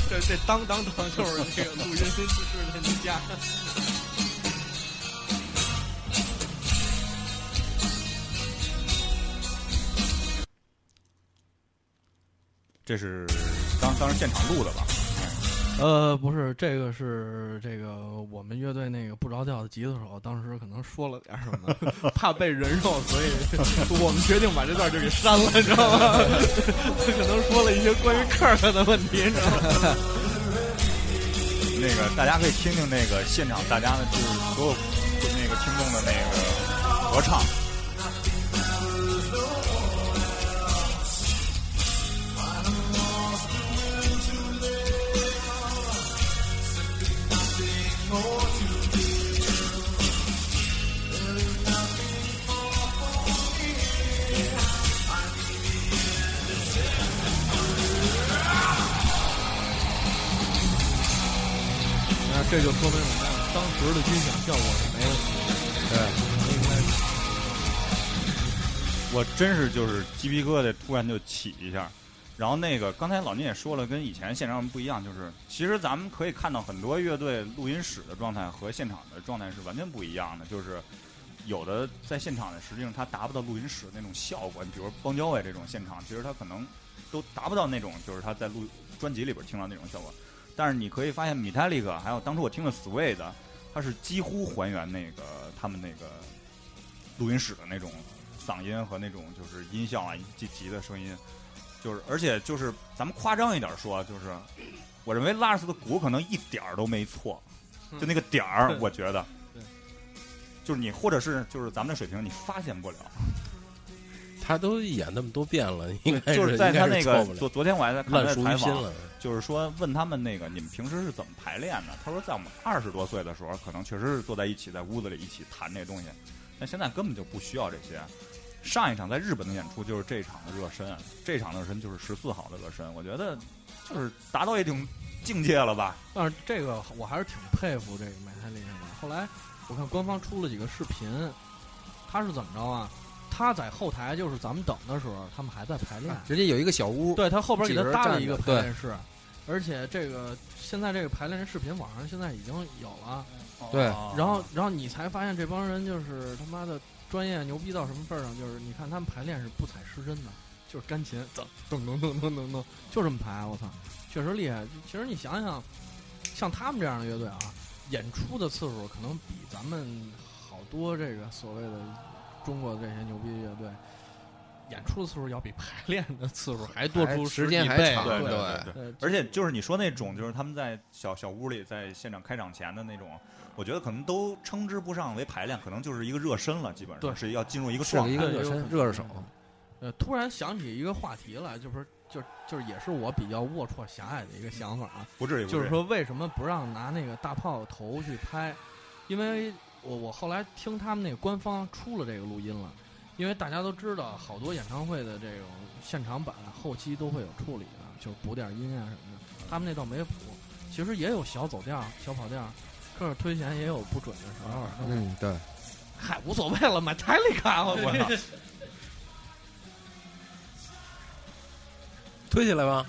Speaker 4: 这这当当当就是那个录音室的那家。
Speaker 1: 这是当当时现场录的吧？
Speaker 4: 呃，不是，这个是这个我们乐队那个不着调的吉他手，当时可能说了点什么， 怕被人肉，所以我们决定把这段就给删了，你知道吗？ 他可能说了一些关于 Kirk 的问题，你知道吗？
Speaker 1: 那个大家可以听听那个现场大家的就是所有就那个听众的那个合唱。
Speaker 4: 那这就说明什么？当时的音响效果是没问题的，应该是
Speaker 1: 我真是就是鸡皮疙瘩突然就起一下。然后那个刚才老聂也说了，跟以前现场不一样，就是其实咱们可以看到很多乐队录音室的状态和现场的状态是完全不一样的，就是。有的在现场的，实际上他达不到录音室那种效果。你比如邦交伟这种现场，其实他可能都达不到那种，就是他在录专辑里边听到那种效果。但是你可以发现，Metallica 还有当初我听的 Sway 的，它是几乎还原那个他们那个录音室的那种嗓音和那种就是音效啊，以及吉的声音，就是而且就是咱们夸张一点说，啊就是我认为拉尔斯的鼓可能一点儿都没错，就那个点儿，
Speaker 4: 嗯
Speaker 1: 我觉得
Speaker 4: 对，
Speaker 1: 就是你或者是就是咱们的水平你发现不了，
Speaker 2: 他都演那么多遍了，应该
Speaker 1: 就是
Speaker 2: 是
Speaker 1: 在他
Speaker 2: 应该
Speaker 1: 那
Speaker 2: 是
Speaker 1: 个
Speaker 2: 错不了
Speaker 1: 昨昨天我还在看他
Speaker 2: 烂
Speaker 1: 的
Speaker 2: 熟
Speaker 1: 采
Speaker 2: 于心
Speaker 1: 访，啊
Speaker 2: 了。
Speaker 1: 就是说问他们那个你们平时是怎么排练的？他说在我们二十多岁的时候，可能确实是坐在一起，在屋子里一起弹这东西，但现在根本就不需要这些。上一场在日本的演出就是这场的热身，这场的热身就是十四号的热身，我觉得就是达到一种境界了吧？
Speaker 4: 但是这个我还是挺佩服这个美泰利亚的。后来我看官方出了几个视频，他是怎么着啊？他在后台就是咱们等的时候，他们还在排练。
Speaker 5: 人啊家有一个小屋，
Speaker 4: 对他后边给他搭了一个
Speaker 5: 几
Speaker 4: 排
Speaker 5: 个人站着
Speaker 4: 练室，而且这个现在这个排练的视频网上现在已经有了。
Speaker 5: 对
Speaker 4: 然后，然后你才发现这帮人就是他妈的专业牛逼到什么份儿上，就是你看他们排练是不踩失真的，就是钢琴，噔噔噔噔噔噔噔，就这么排，啊我操，确实厉害。其实你想想，像他们这样的乐队啊，演出的次数可能比咱们好多这个所谓的中国的这些牛逼乐队。演出的次数要比排练的次数还多
Speaker 5: 还
Speaker 4: 出
Speaker 5: 时间
Speaker 4: 几
Speaker 5: 还
Speaker 4: 倍
Speaker 5: 长
Speaker 1: 对
Speaker 4: 对
Speaker 1: 对
Speaker 5: 对
Speaker 1: 对。
Speaker 4: 呃
Speaker 1: 而且就是你说那种，就是他们在小小屋里在现场开场前的那种，我觉得可能都称之不上为排练，可能就是一个热身了，基本
Speaker 4: 对
Speaker 1: 上是要进入一个
Speaker 5: 是
Speaker 1: 状
Speaker 5: 一
Speaker 1: 态
Speaker 5: 个。热身热热手，
Speaker 4: 呃，突然想起一个话题来，就是就就是也是我比较龌龊狭隘的一个想法啊，
Speaker 1: 不至于，不至
Speaker 4: 就
Speaker 1: 于
Speaker 4: 是说为什么不让拿那个大炮头去拍？因为我我后来听他们那个官方出了这个录音了，因为大家都知道，好多演唱会的这种现场版后期都会有处理的，就是补点音啊什么的，他们那倒没补，其实也有小走调、小跑调。可是推弦也有不准的时候，
Speaker 5: 嗯，对，
Speaker 4: 嗨，无所谓了，买泰利卡，我
Speaker 1: 我操！
Speaker 2: 推起来吧，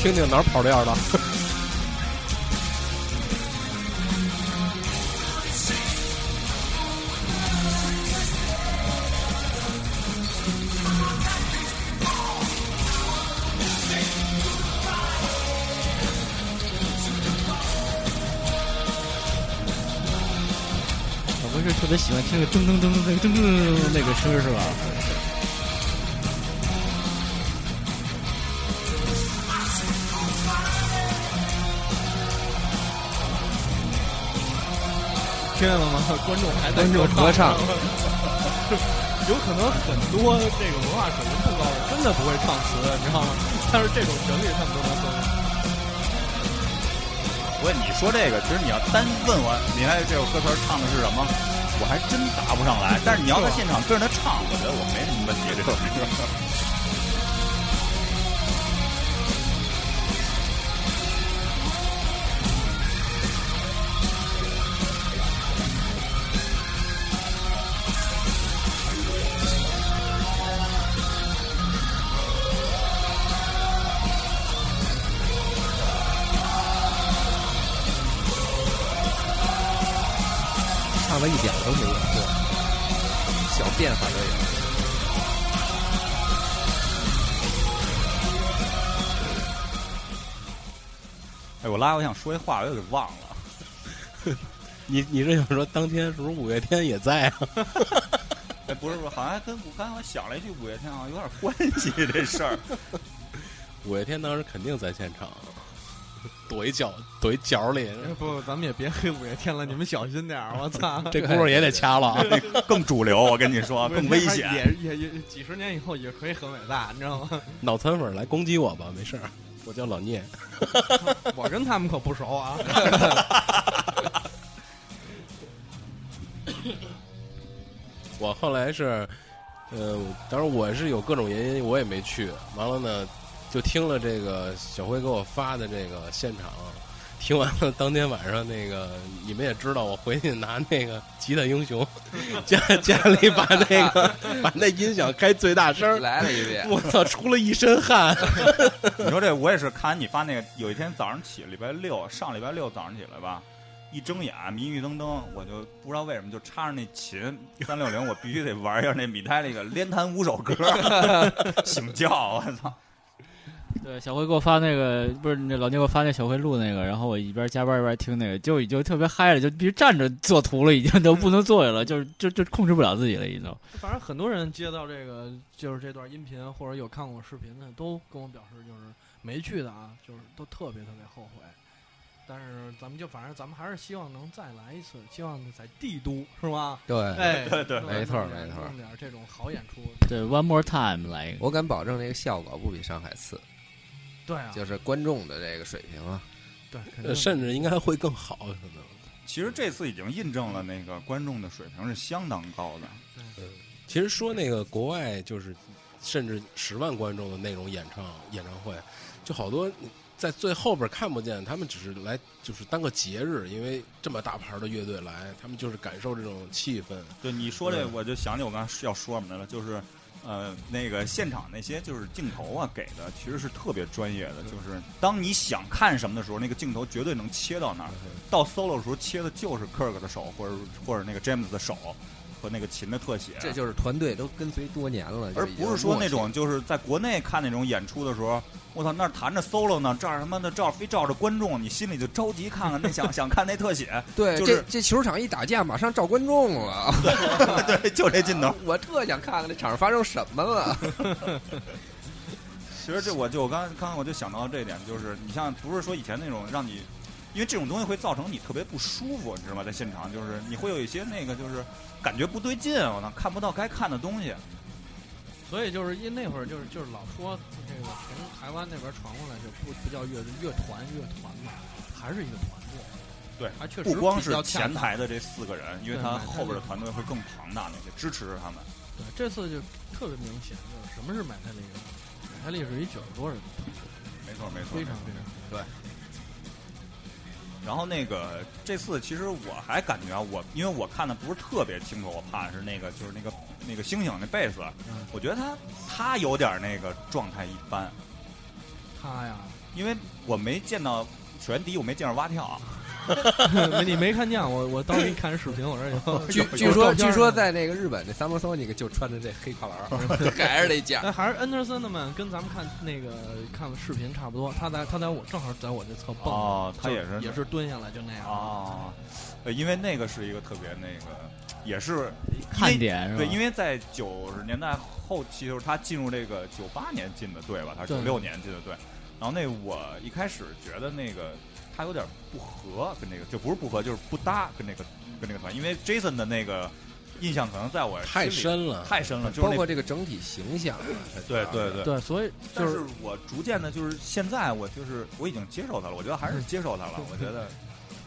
Speaker 2: 听听哪儿跑调的。
Speaker 6: Thank
Speaker 3: 别喜欢听那个噔噔噔噔噔噔噔噔噔那个声儿是吧？
Speaker 4: 听见了吗？观众还在
Speaker 5: 观众合唱，
Speaker 4: 有可能很多这个文化水平不高的真的不会唱词，你知道吗？但是这种旋律他们都能哼。
Speaker 1: 不过你说这个，其实你要单问我，你看这首歌词儿唱的是什么，我还真答不上来。但是你要在现场跟着他唱，我觉得我没什么问题。这首歌。
Speaker 5: 唱的一点都没有错，小变化都有。
Speaker 1: 哎，我拉，我想说一话，我又给忘了。
Speaker 2: 你你这想说当天是不是五月天也在啊？
Speaker 1: 哎，不是不是，好像还跟我刚才我想了一句五月天好像有点关系这事儿。
Speaker 2: 五月天当时肯定在现场，躲一角躲一角里，
Speaker 4: 哎不，咱们也别黑五月天了，你们小心点儿！我 操，
Speaker 2: 这轱辘也得掐了啊。
Speaker 1: 更主流，我跟你说，更危险。
Speaker 4: 也也也几十年以后也可以很伟大，你知道吗？
Speaker 2: 脑残粉来攻击我吧，没事儿，我叫老聂。
Speaker 4: 我跟他们可不熟啊。
Speaker 2: 我后来是，呃，当然我是有各种原因，我也没去。完了呢，就听了这个小辉给我发的这个现场，听完了当天晚上那个，你们也知道，我回去拿那个吉他英雄家家里把那个把那音响开最大声儿，
Speaker 5: 来了 一遍，
Speaker 2: 我操，出了一身汗。
Speaker 1: 你说这，我也是看完你发那个，有一天早上起，礼拜六，上礼拜六早上起来吧，一睁眼迷迷瞪瞪，我就不知道为什么就插上那琴三六零，我必须得玩一下那米胎那个连弹五首歌， 醒觉，我操！
Speaker 3: 对，小辉给我发那个，不是那老聂给我发那小辉录那个，然后我一边加班一边听那个，就已经特别嗨了，就必须站着做图了，已经都不能坐下了，就是就就控制不了自己了，已经。
Speaker 4: 反正很多人接到这个，就是这段音频或者有看过我视频的，都跟我表示就是没去的啊，就是都特别特别后悔。但是咱们就反正咱们还是希望能再来一次，希望在帝都是吧？
Speaker 5: 对，
Speaker 4: 哎，
Speaker 1: 对对
Speaker 4: 弄
Speaker 5: 没错
Speaker 4: 弄点
Speaker 5: 没错
Speaker 4: 弄点这种好演出，
Speaker 3: 对，One more time 来一个。
Speaker 5: 我敢保证这个效果不比上海次，
Speaker 4: 对啊，
Speaker 5: 就是观众的这个水平啊。
Speaker 4: 对，肯
Speaker 2: 呃
Speaker 4: 定
Speaker 2: 甚至应该会更好，可能。
Speaker 1: 其实这次已经印证了那个观众的水平是相当高的。
Speaker 2: 其实说那个国外就是，甚至十万观众的那种演唱演唱会，就好多在最后边看不见，他们只是来就是当个节日，因为这么大牌的乐队来，他们就是感受这种气氛。
Speaker 1: 对你说这，
Speaker 2: 嗯
Speaker 1: 我就想起我刚才要说什么来了，就是，呃，那个现场那些就是镜头啊给的其实是特别专业的，就是当你想看什么的时候，那个镜头绝对能切到那儿。到 solo 的时候切的就是 Kirk 的手，或者或者那个 James 的手和那个琴的特写，啊
Speaker 5: 这就是团队都跟随多年了，
Speaker 1: 而
Speaker 5: 就已经
Speaker 1: 不是说那
Speaker 5: 默
Speaker 1: 种就是在国内看那种演出的时候，我操，那儿弹着 solo 呢，这儿他妈的照非照着观众，你心里就着急看看那想想看那特写，
Speaker 5: 契对，
Speaker 1: 就是
Speaker 5: 这这球场一打架，马上照观众了。
Speaker 1: 对，就这劲头。
Speaker 5: 我特想看看这场上发生什么了。
Speaker 1: 其实这我就我刚刚刚我就想到这点，就是你像不是说以前那种让你，因为这种东西会造成你特别不舒服，你知道吗？在现场就是你会有一些那个就是感觉不对劲，啊我操，看不到该看的东西。
Speaker 4: 所以就是因那会儿就是就是老说这个从台湾那边传过来就不不叫乐队乐团乐团嘛，还是一个团队。
Speaker 1: 对
Speaker 4: 还确实
Speaker 1: 不光
Speaker 4: 比
Speaker 1: 是
Speaker 4: 较恰
Speaker 1: 前
Speaker 4: 当
Speaker 1: 台的这四个人，因为
Speaker 4: 对
Speaker 1: 他
Speaker 4: 对
Speaker 1: 后边的团队会更庞大，那个支持着他们。
Speaker 4: 对，这次就特别明显，就是什么是买菜力？买菜力是一九十多人，
Speaker 1: 没错没错，
Speaker 4: 非常非
Speaker 5: 嗯
Speaker 4: 常。
Speaker 1: 然后那个这次其实我还感觉啊我，因为我看的不是特别清楚，我怕是那个就是那个那个星星那贝斯，啊
Speaker 4: 嗯
Speaker 1: 我觉得他他有点那个状态一般，
Speaker 4: 他呀，
Speaker 1: 因为我没见到，首先第一我没见着蛙跳啊，
Speaker 4: 没你没看见我，我当时一看视频，我说有。
Speaker 5: 据据说据
Speaker 4: 啊
Speaker 5: 说在那个日本那 Summer Sonic 就穿着这黑跨栏儿，还是得讲。
Speaker 4: 哎但还是 Anderson 的们跟咱们看那个看视频差不多，他在他在我正好在我这侧蹦，
Speaker 1: 哦他
Speaker 4: 就
Speaker 1: 也是哦
Speaker 4: 也是蹲下来就那样。
Speaker 1: 哦，呃因为那个是一个特别那个也是因为
Speaker 3: 看点是吧？
Speaker 1: 对，因为在九十年代后期，就是他进入这个九八年进的队吧，他
Speaker 4: 对
Speaker 1: 九六年进的队。然后那我一开始觉得那个他有点不合，跟那个就不是不合，就是不搭，跟那个跟那个团，因为 Jason 的那个印象可能在我心
Speaker 2: 太
Speaker 1: 里
Speaker 2: 深了，
Speaker 1: 太深了，就
Speaker 5: 包
Speaker 1: 是那
Speaker 5: 括这个整体形象啊，它
Speaker 1: 对对对。
Speaker 4: 对，所以
Speaker 1: 但
Speaker 4: 就是
Speaker 1: 我逐渐的，就是现在我就是我已经接受他了，我觉得还是接受他了。我觉得，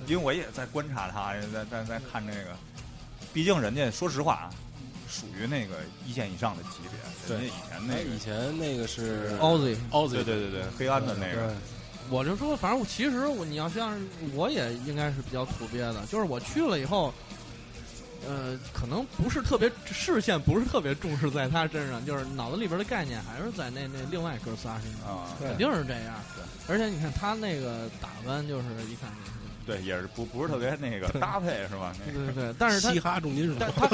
Speaker 1: 因为我也在观察他，在在在看这个，毕竟人家说实话啊，属于那个一线以上的级别，
Speaker 2: 对
Speaker 1: 人家以前那个
Speaker 2: 哎，以前那个是
Speaker 4: Ozzy，
Speaker 2: 奥子，
Speaker 1: 对对对对，黑暗的那个，
Speaker 4: 我就说，反正我其实我你要像是我也应该是比较土鳖的，就是我去了以后，呃，可能不是特别视线不是特别重视在他身上，就是脑子里边的概念还是在那那另外哥仨身上，
Speaker 1: 啊，
Speaker 4: 肯定是这样。而且你看他那个打扮，就是一看就
Speaker 1: 对，也是不不是特别那个搭配是吧？那
Speaker 4: 是，
Speaker 1: 个
Speaker 4: 对对对，但是他
Speaker 2: 嘻哈重金属，
Speaker 4: 但他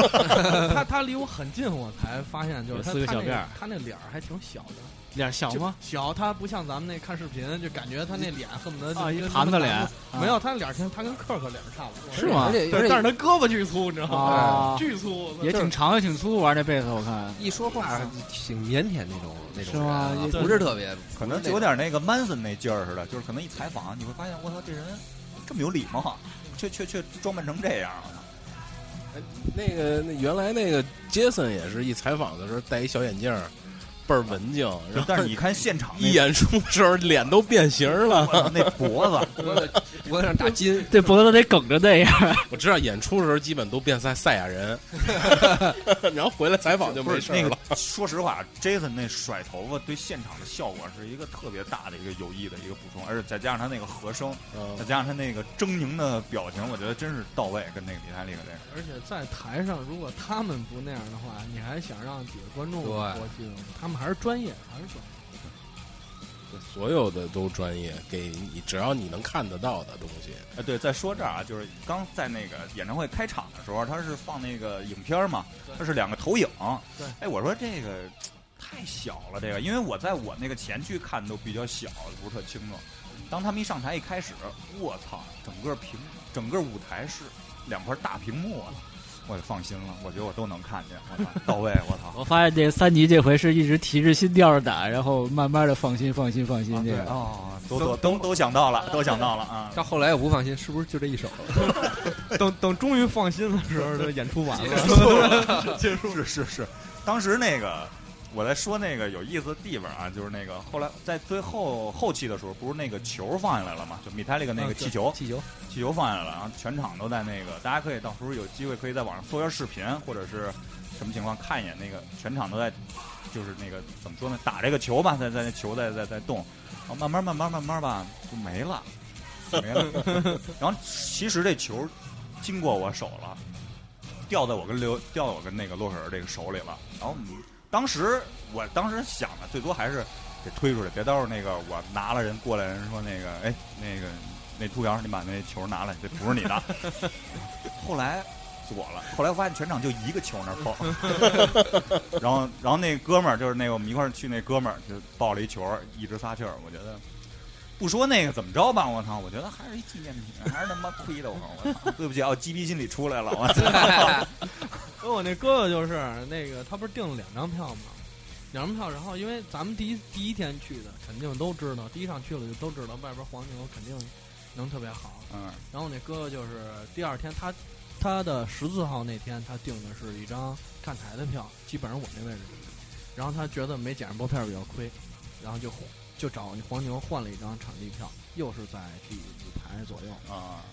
Speaker 4: 他他离我很近，我才发现就是他
Speaker 3: 有四个
Speaker 4: 他
Speaker 3: 小
Speaker 4: 那
Speaker 3: 辫儿
Speaker 4: 他那脸儿还挺小的。
Speaker 3: 脸小
Speaker 4: 就
Speaker 3: 吗？
Speaker 4: 小，他不像咱们那看视频，就感觉他那脸恨不得就
Speaker 3: 啊，一
Speaker 4: 跟
Speaker 3: 盘子
Speaker 4: 他们
Speaker 3: 脸
Speaker 4: 打，没有，他脸跟他跟克克脸差不多，
Speaker 3: 是吗
Speaker 5: 而且而
Speaker 4: 对，但是
Speaker 5: 且
Speaker 4: 他胳膊巨粗，你知道吗
Speaker 3: 啊？
Speaker 4: 巨粗，
Speaker 3: 也
Speaker 4: 就是
Speaker 3: 挺长也挺粗，玩那贝斯 我看。
Speaker 5: 一说话挺腼腆那种那种
Speaker 3: 是吗
Speaker 5: 人啊
Speaker 4: 对
Speaker 5: 不是特别，
Speaker 1: 可能就有点那个 Manson 那劲儿似的，就是可能一采访你会发现，我操，这人这么有礼貌，啊却却却装扮成这样，啊
Speaker 2: 那个那原来那个杰森也是一采访的时候戴一小眼镜儿，倍儿文静，然后
Speaker 1: 但是你看现场
Speaker 2: 一
Speaker 1: 那
Speaker 2: 演出的时候脸都变形了。
Speaker 1: 我操那脖子，
Speaker 5: 脖子上打金，
Speaker 3: 这脖子得梗着那样，
Speaker 2: 我知道演出的时候基本都变赛赛亚人， 然后回来采访就
Speaker 1: 不
Speaker 2: 没
Speaker 1: 是
Speaker 2: 事
Speaker 1: 那
Speaker 2: 儿
Speaker 1: 个
Speaker 2: 了。，
Speaker 1: 说实话，Jason 那甩头发对现场的效果是一个特别大的一个有益的一个补充，而且再加上他那个和声，再
Speaker 2: 嗯
Speaker 1: 加上他那个狰狞的表情，我觉得真是到位，跟那个李泰利的这个。
Speaker 4: 而且在台上，如果他们不那样的话，你还想让几个观众
Speaker 5: 对
Speaker 4: 过去吗？他们还是专业，还是专业。
Speaker 2: 所有的都专业，给你只要你能看得到的东西，
Speaker 1: 哎，对，再说这儿啊，就是刚在那个演唱会开场的时候，他是放那个影片嘛，
Speaker 4: 对
Speaker 1: 它是两个投影。
Speaker 4: 对，
Speaker 1: 哎，我说这个太小了，这个，因为我在我那个前去看都比较小，不是特清楚。当他们一上台一开始，我操，整个屏整个舞台是两块大屏幕啊，我就放心了，我觉得我都能看见，我操，到位，我操。
Speaker 3: 我发现这三级这回是一直提着心吊着打，然后慢慢的放心放心放心
Speaker 1: 啊
Speaker 3: 这
Speaker 1: 对
Speaker 3: 个。
Speaker 1: 哦， 都都都都想到了，都想到了啊！
Speaker 5: 到后来我不放心，是不是就这一首？
Speaker 4: 等等，终于放心的时候，这演出 完 了。
Speaker 1: 结束是是是，当时那个我在说那个有意思的地方啊，就是那个后来在最后后期的时候，不是那个球放下来了吗？就米泰利个那个气球，
Speaker 5: 气球，
Speaker 1: 气球放下来了，然后全场都在那个，大家可以到时候有机会可以在网上搜一下视频，或者是什么情况看一眼那个全场都在，就是那个怎么说呢，打这个球吧，在在那球在在在动，然后慢慢慢慢慢慢吧就没了，没了。然后其实这球经过我手了，掉在我跟刘掉在我跟那个洛水儿这个手里了。然后嗯当时我当时想的最多还是给推出去，别到时候那个我拿了人过来人说那个哎那个那秃瓢儿你把那球拿来，这不是你的。后来我了，后来我发现全场就一个球那儿碰，然后然后那哥们儿就是那个我们一块儿去那哥们儿就抱了一球，一直撒气儿，我觉得。不说那个怎么着吧，我操！我觉得还是一纪念品，还是他妈亏的我，我操！对不起啊，我鸡逼心理出来了，我操！
Speaker 4: 所以 我那哥哥就是那个，他不是订了两张票吗？两张票，然后因为咱们第一第一天去的，肯定都知道，第一场去了就都知道外边黄牛肯定能特别好。
Speaker 1: 嗯，
Speaker 4: 然后我那哥哥就是第二天他他的十四号那天他订的是一张看台的票，基本上我那位置，然后他觉得没捡上包片比较亏，然后就就找黄牛换了一张场地票，又是在第五排左右。
Speaker 1: 啊，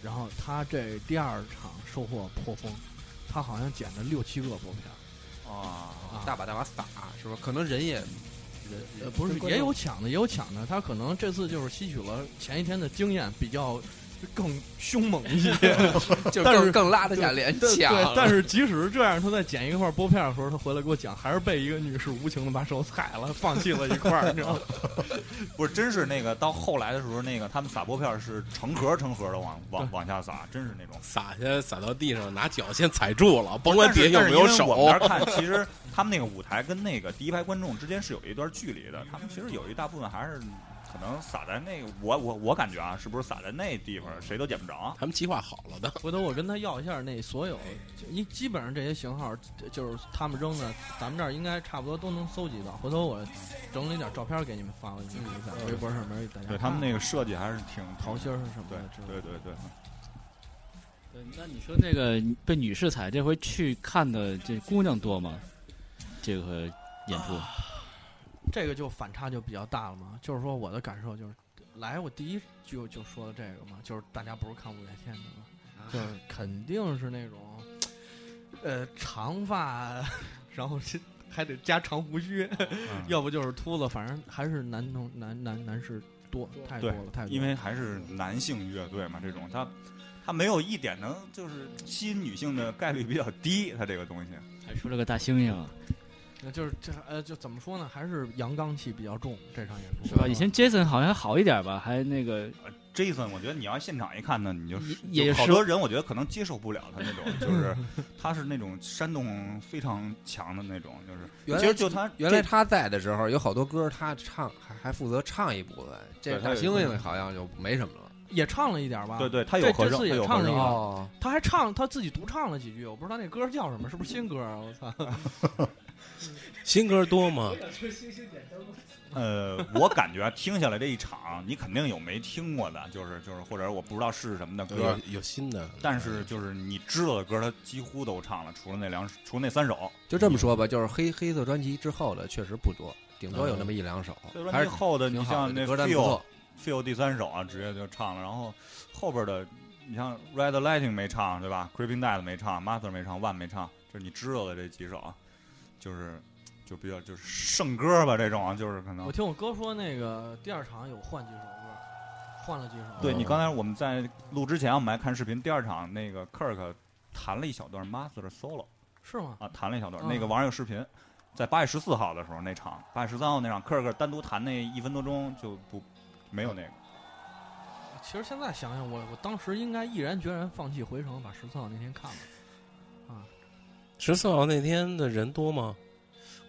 Speaker 4: 然后他这第二场收获颇丰，他好像捡了六七个薄片，
Speaker 1: 啊，
Speaker 5: 大把大把撒，是吧？可能人也
Speaker 4: 呃，不是
Speaker 5: 跟观众
Speaker 4: 也有抢的，也有抢的，他可能这次就是吸取了前一天的经验，比较更凶猛 一些。
Speaker 5: 就是
Speaker 4: 但
Speaker 5: 更
Speaker 4: 是
Speaker 5: 更拉得下脸
Speaker 4: 对
Speaker 5: 抢了
Speaker 4: 对，但是即使是这样，他在捡一块薄片的时候，他回来给我讲，还是被一个女士无情的把手踩了，放弃了一块儿，你知道吗？
Speaker 1: 不是，真是那个到后来的时候，那个他们撒拨片儿是成盒成盒的往往往下撒，真是那种。
Speaker 2: 撒下撒到地上，拿脚先踩住了，甭管
Speaker 1: 但
Speaker 2: 底
Speaker 1: 是
Speaker 2: 下有没有
Speaker 1: 但是因为我
Speaker 2: 手
Speaker 1: 们。那儿看，其实他们那个舞台跟那个第一排观众之间是有一段距离的，他们其实有一大部分还是可能撒在那个，我我我感觉啊，是不是撒在那地方谁都捡不着？
Speaker 2: 他们计划好了的，
Speaker 4: 回头我跟他要一下那所有，就一基本上这些型号就是他们扔的，咱们这儿应该差不多都能搜集到。回头我整理点照片给你们发过去，你们在微博上面给大家
Speaker 1: 嗯
Speaker 4: 看。
Speaker 1: 对他们那个设计还是挺
Speaker 4: 桃心儿是什么
Speaker 1: 对
Speaker 4: 的之类
Speaker 1: 对
Speaker 4: 的？
Speaker 1: 对对，
Speaker 3: 对，呃那你说那个被女士踩，这回去看的这姑娘多吗？这个演出，
Speaker 4: 这个就反差就比较大了嘛。就是说我的感受就是，来我第一就就说的这个嘛，就是大家不是看武则天的嘛，
Speaker 1: 啊
Speaker 4: 就是肯定是那种，呃，长发，然后是还得加长胡须，
Speaker 1: 嗯
Speaker 4: 要不就是秃子，反正还是男同男男男士多太多
Speaker 1: 对
Speaker 4: 了，太多了。
Speaker 1: 因为还是男性乐队嘛，这种他他没有一点能就是吸引女性的概率比较低，他这个东西。
Speaker 3: 还出了个大猩猩啊，
Speaker 4: 那就是这呃，就怎么说呢，还是阳刚气比较重这场演出
Speaker 3: 是吧？以前 Jason 好像还好一点吧，还那个
Speaker 1: Jason，我觉得你要现场一看呢，你就
Speaker 3: 也也
Speaker 1: 好
Speaker 3: 是
Speaker 1: 多人，我觉得可能接受不了他那种，就是 他是那种煽动非常强的那种，就是
Speaker 5: 原来
Speaker 1: 其实就他
Speaker 5: 原来
Speaker 1: 这
Speaker 5: 他在的时候，有好多歌他唱，还还负责唱一部分。这
Speaker 1: 对他
Speaker 5: 大
Speaker 1: 有
Speaker 5: 猩猩好像就没什么了。
Speaker 4: 也唱了一点吧，
Speaker 1: 对对，他
Speaker 4: 这
Speaker 1: 有合
Speaker 4: 这
Speaker 1: 声，
Speaker 4: 次也
Speaker 1: 他有
Speaker 4: 唱
Speaker 1: 合
Speaker 4: 了一
Speaker 1: 声
Speaker 4: 个
Speaker 5: 哦，
Speaker 4: 他还唱他自己独唱了几句，我不知道那歌叫什么，是不是新歌啊？我操！
Speaker 2: 新歌多吗？
Speaker 1: 呃，我感觉听下来这一场，你肯定有没听过的，就是就是或者我不知道是什么的歌
Speaker 2: 有，有新的，
Speaker 1: 但是就是你知道的歌，他几乎都唱了，除了那两，除了那三首。
Speaker 5: 就这么说吧，就是黑黑色专辑之后的确实不多，顶多有那么
Speaker 4: 嗯
Speaker 5: 一两首，
Speaker 1: 所以说
Speaker 5: 还
Speaker 1: 最
Speaker 5: 是
Speaker 1: 后的，
Speaker 5: 挺
Speaker 1: 你
Speaker 5: 好
Speaker 1: 像那
Speaker 5: 的，歌单不
Speaker 1: feel
Speaker 5: 错。
Speaker 1: feel 第三首啊，直接就唱了，然后后边的，你像 Red Lighting 没唱对吧？Creeping Dead 没唱，Master 没唱，One 没唱，就是你知道的这几首啊，就是就比较就是圣歌吧，这种啊，就是可能
Speaker 4: 我听我哥说那个第二场有换几首歌，换了几首。
Speaker 1: 对
Speaker 5: 哦
Speaker 1: 你刚才我们在录之前，我们还看视频，第二场那个 Kirk 弹了一小段 Master 的 solo
Speaker 4: 是吗？
Speaker 1: 啊，弹了一小段。
Speaker 4: 嗯
Speaker 1: 那个网上有视频，在八月十四号的时候那场，八月十三号那场 Kirk 单独弹那一分多钟就不没有那个。
Speaker 4: 其实现在想想我，我当时应该毅然决然放弃回城，把十四号那天看了。
Speaker 2: 十四号那天的人多吗？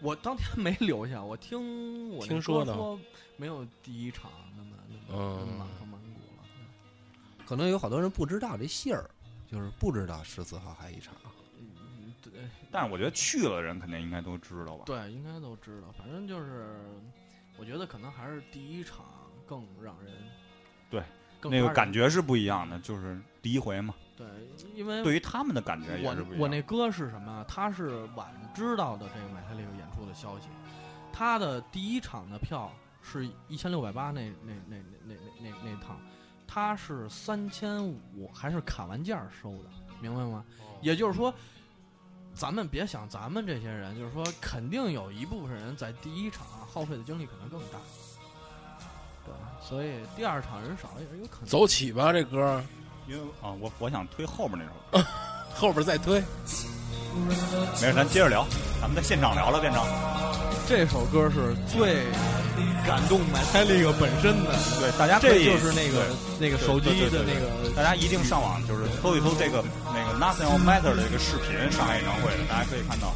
Speaker 4: 我当天 没留下，我听我那
Speaker 2: 听
Speaker 4: 哥
Speaker 2: 说的哦
Speaker 4: 说没有第一场那么那么
Speaker 2: 嗯
Speaker 4: 那么
Speaker 1: 嗯
Speaker 4: 满坑满谷了。
Speaker 5: 可能有好多人不知道这信儿，就是不知道十四号还一场。
Speaker 4: 嗯，对
Speaker 1: 但是我觉得去了人肯定应该都知道吧。
Speaker 4: 对，应该都知道。反正就是，我觉得可能还是第一场更让人
Speaker 1: 对
Speaker 4: 更
Speaker 1: 那个
Speaker 4: 发人
Speaker 1: 感觉是不一样的，就是第一回嘛，
Speaker 4: 对，因为
Speaker 1: 对于他们的感觉也是不
Speaker 4: 我
Speaker 1: 一
Speaker 4: 我
Speaker 1: 样
Speaker 4: 那
Speaker 1: 的。
Speaker 4: 哥是什么啊？他是晚知道的这个买泰利克演出的消息，他的第一场的票是一千六百八那那那那那那那趟，他是三千五还是砍完价收的，明白吗？
Speaker 1: 哦
Speaker 4: 也就是说，咱们别想咱们这些人，就是说肯定有一部分人在第一场耗费的精力可能更大，对，所以第二场人少也是有可能。
Speaker 2: 走起吧，这歌
Speaker 1: 因为啊，我我想推后面那首歌，
Speaker 2: 后边再推。
Speaker 1: 没事，咱接着聊，咱们在现场聊了，变成
Speaker 4: 这首歌是最感动买泰利克本身的，
Speaker 1: 对大家可
Speaker 4: 这
Speaker 1: 以
Speaker 4: 就是那个
Speaker 1: 对
Speaker 4: 那个手机的那个
Speaker 1: 大家一定上网就是搜一搜这个那个 Nothing Else Matter 的这个视频，上海演唱会的，大家可以看到，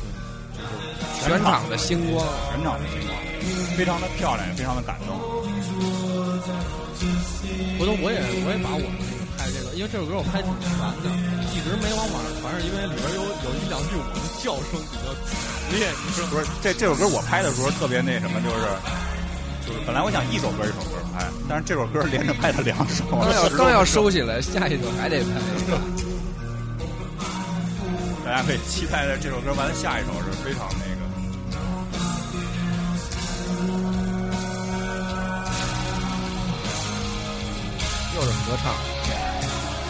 Speaker 1: 就是
Speaker 5: 全场的星光，
Speaker 1: 全场的情况，非常的漂亮，也非常的感动。
Speaker 4: 回头我也我也把我们那个拍这个，因为这首歌我拍挺全的，一直没往网上传，是因为里边有有一两句我的叫声比较激烈，你知道吗？
Speaker 1: 不是这这首歌我拍的时候特别那什么，就是就是本来我想一首歌一首歌拍，但是这首歌连着拍了两首，
Speaker 5: 刚要
Speaker 1: 十多
Speaker 5: 刚要收起来，下一首还 得拍。
Speaker 1: 大家可以期待着这首歌完了下一首是非常那个。
Speaker 5: 又是合唱。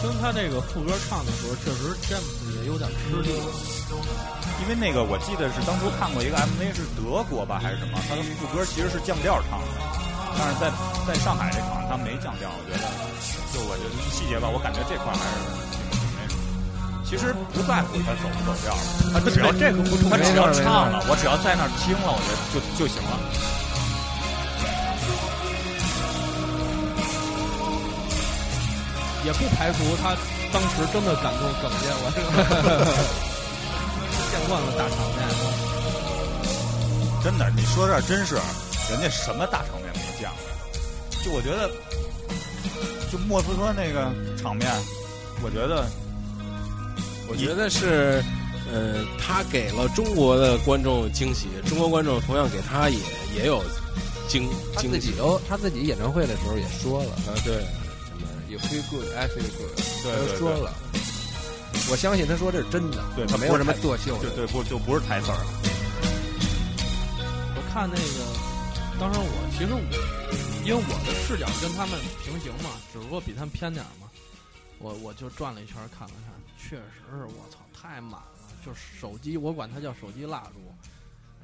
Speaker 4: 听他这个副歌唱的时候，确实詹姆斯也有点吃力。
Speaker 1: 因为那个我记得是当初看过一个 MV 是德国吧还是什么，他的副歌其实是降调唱的，但是在在上海这场他没降调，我觉得就我觉得细节吧，我感觉这块还是挺挺那什么。其实不在乎他走不走调，他只要这个不重他只要唱了，我只要在那儿听了，我觉得就就行了。
Speaker 4: 也不排除他当时真的感动哽咽了， 见惯了大场面。
Speaker 1: 真的，你说这真是，人家什么大场面没见过。就我觉得，就莫斯科那个场面，我觉得
Speaker 2: 我觉得是，呃，他给了中国的观众惊喜，中国观众同样给他也也有惊
Speaker 5: 他
Speaker 2: 惊
Speaker 5: 自
Speaker 2: 喜
Speaker 5: 己。都他自己演唱会的时候也说了，
Speaker 2: 啊，对，
Speaker 5: 什么 you feel good, I feel good，
Speaker 1: 对
Speaker 5: 他
Speaker 1: 对
Speaker 5: 都说
Speaker 1: 对
Speaker 5: 了。我相信他说这是真的，
Speaker 1: 对他
Speaker 5: 没
Speaker 1: 不
Speaker 5: 有
Speaker 1: 是
Speaker 5: 什么
Speaker 1: 太
Speaker 5: 作秀的
Speaker 1: 对。对不就不是台词儿了，
Speaker 4: 我看那个，当时我其实我，因为我的视角跟他们平行嘛，只不过比他们偏点儿嘛，我我就转了一圈儿看了看，确实是我操太满了，就是手机我管它叫手机蜡烛，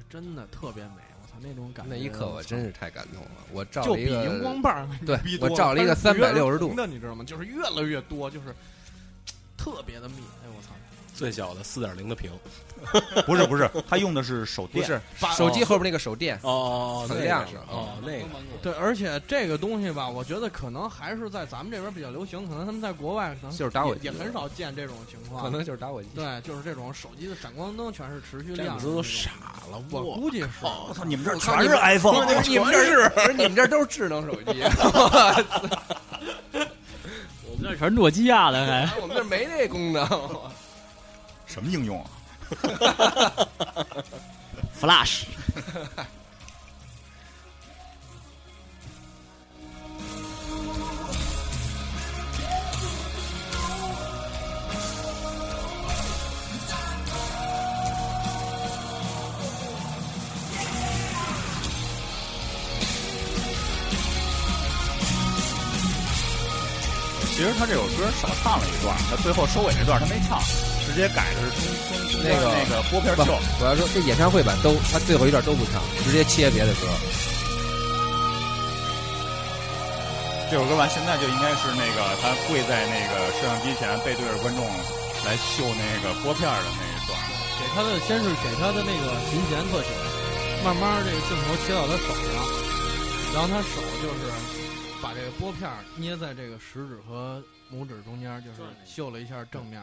Speaker 4: 真的特别美，我操那种感觉，
Speaker 5: 那一刻我真是太感动了，我照
Speaker 4: 就
Speaker 5: 了
Speaker 4: 比
Speaker 5: 一个
Speaker 4: 荧光 棒儿
Speaker 5: 对
Speaker 1: 逼，多
Speaker 5: 我
Speaker 1: 了
Speaker 5: 照了一个
Speaker 4: 但
Speaker 5: 三
Speaker 4: 是
Speaker 5: 百
Speaker 4: 不约
Speaker 5: 六
Speaker 4: 而
Speaker 5: 十
Speaker 4: 同
Speaker 5: 度，
Speaker 4: 的，你知道吗？就是越来越多，就是特别的密。哎我操！
Speaker 2: 最小的四点零的屏。
Speaker 1: 不是不是，他用的是手
Speaker 5: 不
Speaker 1: 电，
Speaker 5: 是
Speaker 4: 把
Speaker 5: 手机后边那个手电，
Speaker 2: 哦，
Speaker 5: 很
Speaker 2: 那个
Speaker 5: 亮啊
Speaker 2: 是
Speaker 5: 的
Speaker 2: 哦，那个
Speaker 4: 对，而且这个东西吧，我觉得可能还是在咱们这边比较流行，可能他们在国外可能
Speaker 5: 就是打火机
Speaker 4: 也也很少见这种情况。
Speaker 5: 可能就是打火机。
Speaker 4: 对，就是这种手机的闪光灯全是持续
Speaker 2: 詹
Speaker 4: 亮
Speaker 2: 姆斯都
Speaker 4: 的那种。
Speaker 5: 啊
Speaker 2: 傻了，
Speaker 4: 我
Speaker 2: 我
Speaker 4: 估计是。
Speaker 1: 我操，你们这儿
Speaker 5: 我靠
Speaker 1: 全是 iPhone，
Speaker 5: 你们你们这是，不是你们这都是智能手机，
Speaker 3: 我们这全是诺基亚的，还
Speaker 5: 我们这没这功能。
Speaker 1: 什么应用啊？
Speaker 3: Flash。
Speaker 1: 其实他这首歌少唱了一段，他最后收尾这段他没唱，直接改的是中中中间
Speaker 5: 那个
Speaker 1: 那个拨片
Speaker 5: 不
Speaker 1: 秀。，
Speaker 5: 我要说这演唱会版都，他最后一段都不唱，直接切别的歌。
Speaker 1: 这首歌完，现在就应该是那个他跪在那个摄像机前背对着观众来秀那个拨片儿的那一段。
Speaker 4: 给他的先是给他的那个琴弦特写，慢慢这个镜头切到他手上，然后他手就是把这个拨片儿捏在这个食指和拇指中间，就是秀了一下正面，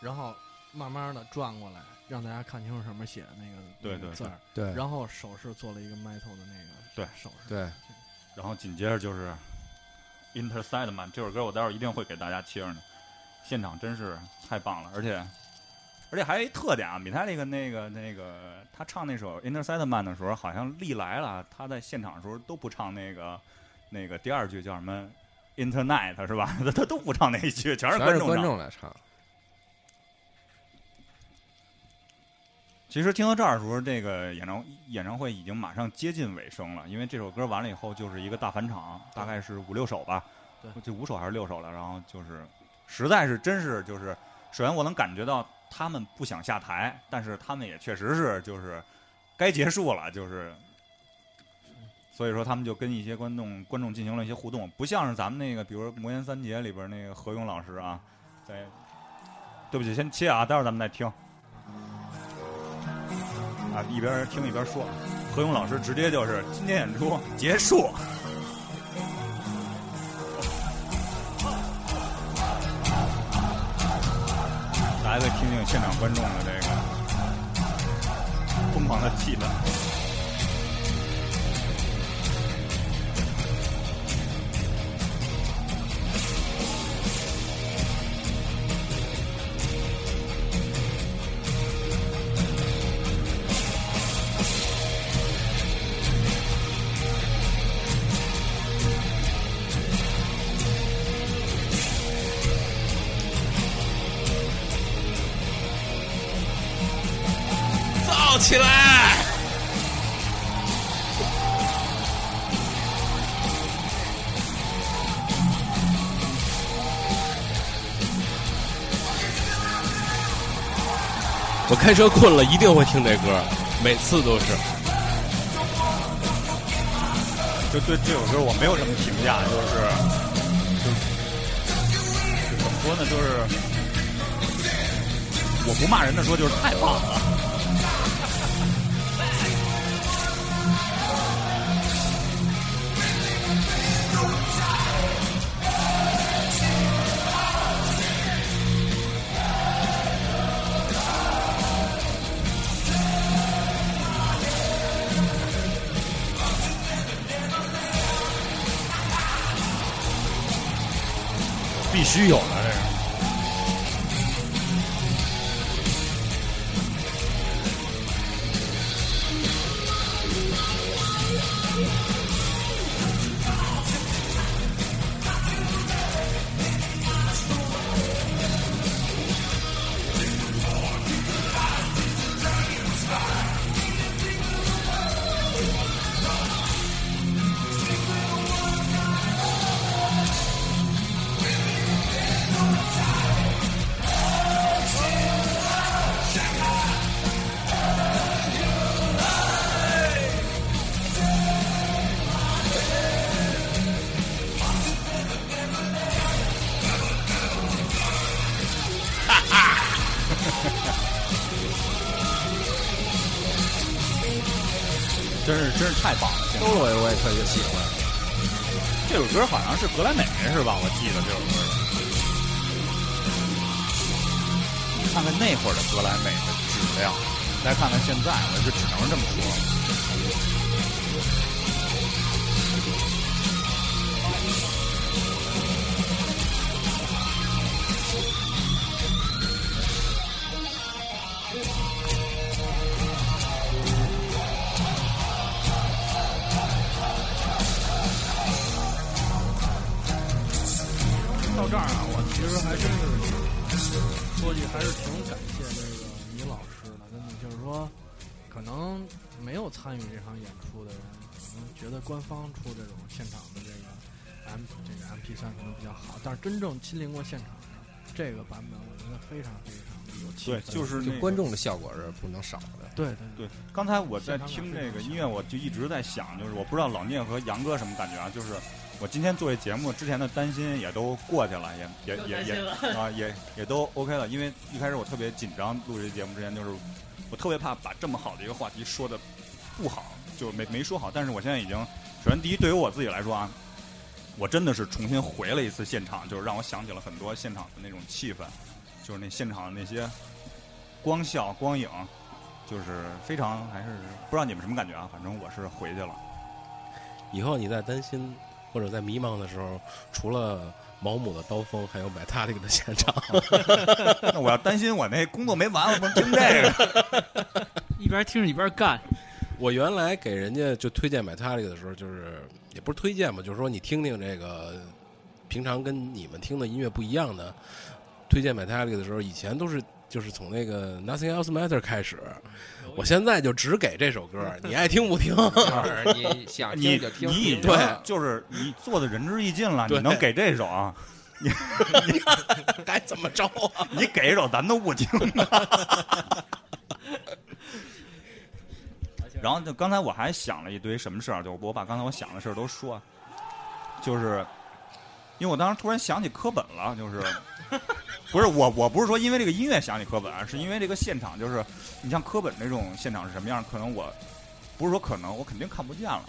Speaker 4: 然后慢慢的转过来，让大家看清楚上面写的那个
Speaker 1: 对
Speaker 4: 那个
Speaker 1: 对
Speaker 4: 字儿，
Speaker 5: 对
Speaker 4: 然后手势做了一个 metal 的那个
Speaker 1: 对
Speaker 4: 手势，
Speaker 5: 对，
Speaker 1: 然后紧接着就是《Interside Man》这首歌，我待会儿一定会给大家切上的。现场真是太棒了，而且而且还有一特点啊，米泰利克那个那个他唱那首《Interside Man》的时候，好像历来了他在现场的时候都不唱那个那个第二句叫什么 “Internet” 是吧？ 他他都不唱那一句，全是
Speaker 5: 全
Speaker 1: 观
Speaker 5: 是
Speaker 1: 众
Speaker 5: 观
Speaker 1: 唱。
Speaker 5: 众来唱。
Speaker 1: 其实听到这儿的时候，这个演唱演唱会已经马上接近尾声了，因为这首歌完了以后就是一个大返场，大概是五六首吧，
Speaker 4: 对
Speaker 1: 就五首还是六首了。然后就是，实在是真是就是，首先我能感觉到他们不想下台，但是他们也确实是就是该结束了，就是，所以说他们就跟一些观众观众进行了一些互动，不像是咱们那个，比如《魔岩三杰》里边那个何勇老师啊，在，对不起，先切啊，待会儿咱们再听。啊，一边听一边说。何勇老师直接就是今天演出结束。来，再听听现场观众的这个疯狂的气氛。
Speaker 2: 造起来！我开车困了，一定会听这歌，每次都是。
Speaker 1: 就对这首歌我没有什么评价，就是就就怎么说呢，就是我不骂人的说就是太棒了。
Speaker 6: 必须有的，这是。
Speaker 1: 真是真是太棒了！现在
Speaker 5: 我也我也特别喜欢，
Speaker 1: 这首歌好像是格莱美是吧？我记得这首歌。你看看那会儿的格莱美的质量，再看看现在，我就只能这么说。
Speaker 4: 到这儿啊，我其实还真是说句，还是挺感谢这个米老师的，真的就是说，可能没有参与这场演出的人，可能觉得官方出这种现场的这个 M 这个 MP 三可能比较好，但是真正亲临过现场的这个版本，我觉得非常非常的有气
Speaker 1: 对，
Speaker 4: 氛
Speaker 1: 就是那
Speaker 5: 就
Speaker 1: 个
Speaker 5: 观众的效果是不能少的。
Speaker 4: 对对
Speaker 1: 对，刚才我在听这个音乐，我就一直在想，就是我不知道老聂和杨哥什么感觉啊，就是我今天做这节目之前的担心也都过去了，也也也也啊也也都 OK 了，因为一开始我特别紧张录这节目之前，就是我特别怕把这么好的一个话题说的不好，就没没说好，但是我现在已经，首先第一，对于我自己来说啊。我真的是重新回了一次现场，就是让我想起了很多现场的那种气氛，就是那现场的那些光效、光影，就是非常还是不知道你们什么感觉啊，反正我是回去了。
Speaker 2: 以后你在担心或者在迷茫的时候，除了毛姆的刀锋，还有买他这个的现场。
Speaker 1: 那我要担心我那工作没完，我不能听这个。
Speaker 3: 一边听着一边干，
Speaker 2: 我原来给人家就推荐买他这个的时候，就是也不是推荐吧，就是说你听听这个平常跟你们听的音乐不一样的。推荐买他这个的时候，以前都是就是从那个 Nothing Else Matter 开始，我现在就只给这首歌，你爱听不听。
Speaker 5: 就是 你 想
Speaker 1: 你
Speaker 5: 听就听，
Speaker 1: 你已经
Speaker 5: 对，
Speaker 1: 就是你做的仁至义尽了，
Speaker 2: 对
Speaker 1: 你能给这首啊？
Speaker 2: 该怎么着啊？
Speaker 1: 你给一首咱都不听。 然后就刚才我还想了一堆什么事儿，就我把刚才我想的事儿都说，就是因为我当时突然想起科本了，就是不是我我不是说因为这个音乐想起科本，啊，是因为这个现场就是你像科本那种现场是什么样，可能我不是说可能我肯定看不见了，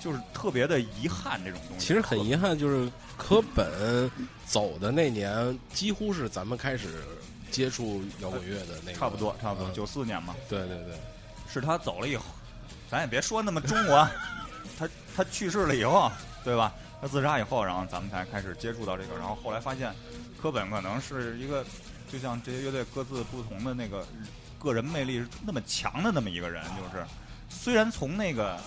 Speaker 1: 就是特别的遗憾这种东西。
Speaker 2: 其实很遗憾，就是科本走的那年，几乎是咱们开始接触摇滚乐的那个，
Speaker 1: 差不多差不多
Speaker 2: 嗯
Speaker 1: 九四年嘛，
Speaker 2: 对对对，
Speaker 1: 是他走了以后，咱也别说那么中国，啊他他去世了以后，对吧？他自杀以后，然后咱们才开始接触到这个，然后后来发现，科本可能是一个，就像这些乐队各自不同的那个个人魅力是那么强的那么一个人，就是虽然从那个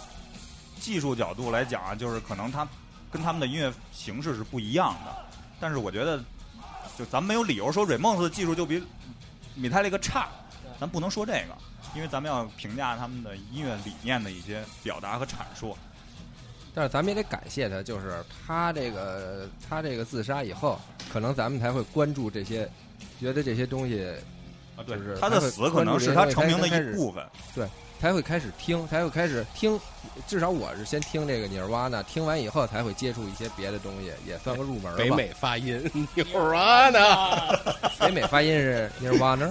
Speaker 1: 技术角度来讲啊，就是可能他跟他们的音乐形式是不一样的，但是我觉得，就咱们没有理由说 r e m o n 的技术就比米泰那个差，咱不能说这个。因为咱们要评价他们的音乐理念的一些表达和阐述。
Speaker 5: 但是咱们也得感谢他，就是他这个他这个自杀以后，可能咱们才会关注这些，觉得这些东西
Speaker 1: 啊，
Speaker 5: 对就是
Speaker 1: 他的死可能是他成名的一部分。
Speaker 5: 才会开始听，才会开始听。至少我是先听这个尼尔瓦纳，听完以后才会接触一些别的东西，也算个入门吧。
Speaker 2: 北美发音啊 Nirvana，
Speaker 1: 啊
Speaker 5: 北美发音 是尼尔瓦纳，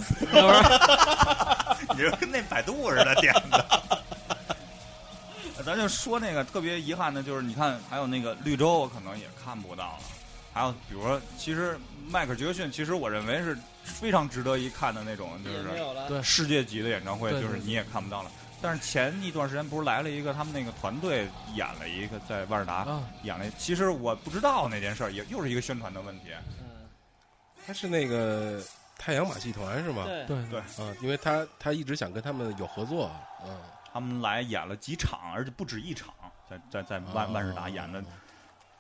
Speaker 1: 你就跟那百度似的点的。 咱就说那个特别遗憾的，就是你看，还有那个绿洲，我可能也看不到了。还有比如说，其实迈克尔·杰克逊，其实我认为是非常值得一看的那种，就是
Speaker 4: 对
Speaker 1: 世界级的演唱会，
Speaker 4: 对
Speaker 1: 就是
Speaker 4: 对
Speaker 1: 你也看不到了。但是前一段时间不是来了一个他们那个团队演了一个在万事达
Speaker 4: 啊，
Speaker 1: 演了一，其实我不知道那件事儿，也又是一个宣传的问题。
Speaker 3: 嗯
Speaker 2: 他是那个太阳马戏团是吗？
Speaker 3: 对，
Speaker 4: 对
Speaker 1: 对
Speaker 2: 啊，因为他他一直想跟他们有合作，嗯，
Speaker 1: 他们来演了几场，而且不止一场，在在在万
Speaker 2: 哦
Speaker 1: 万事达演的。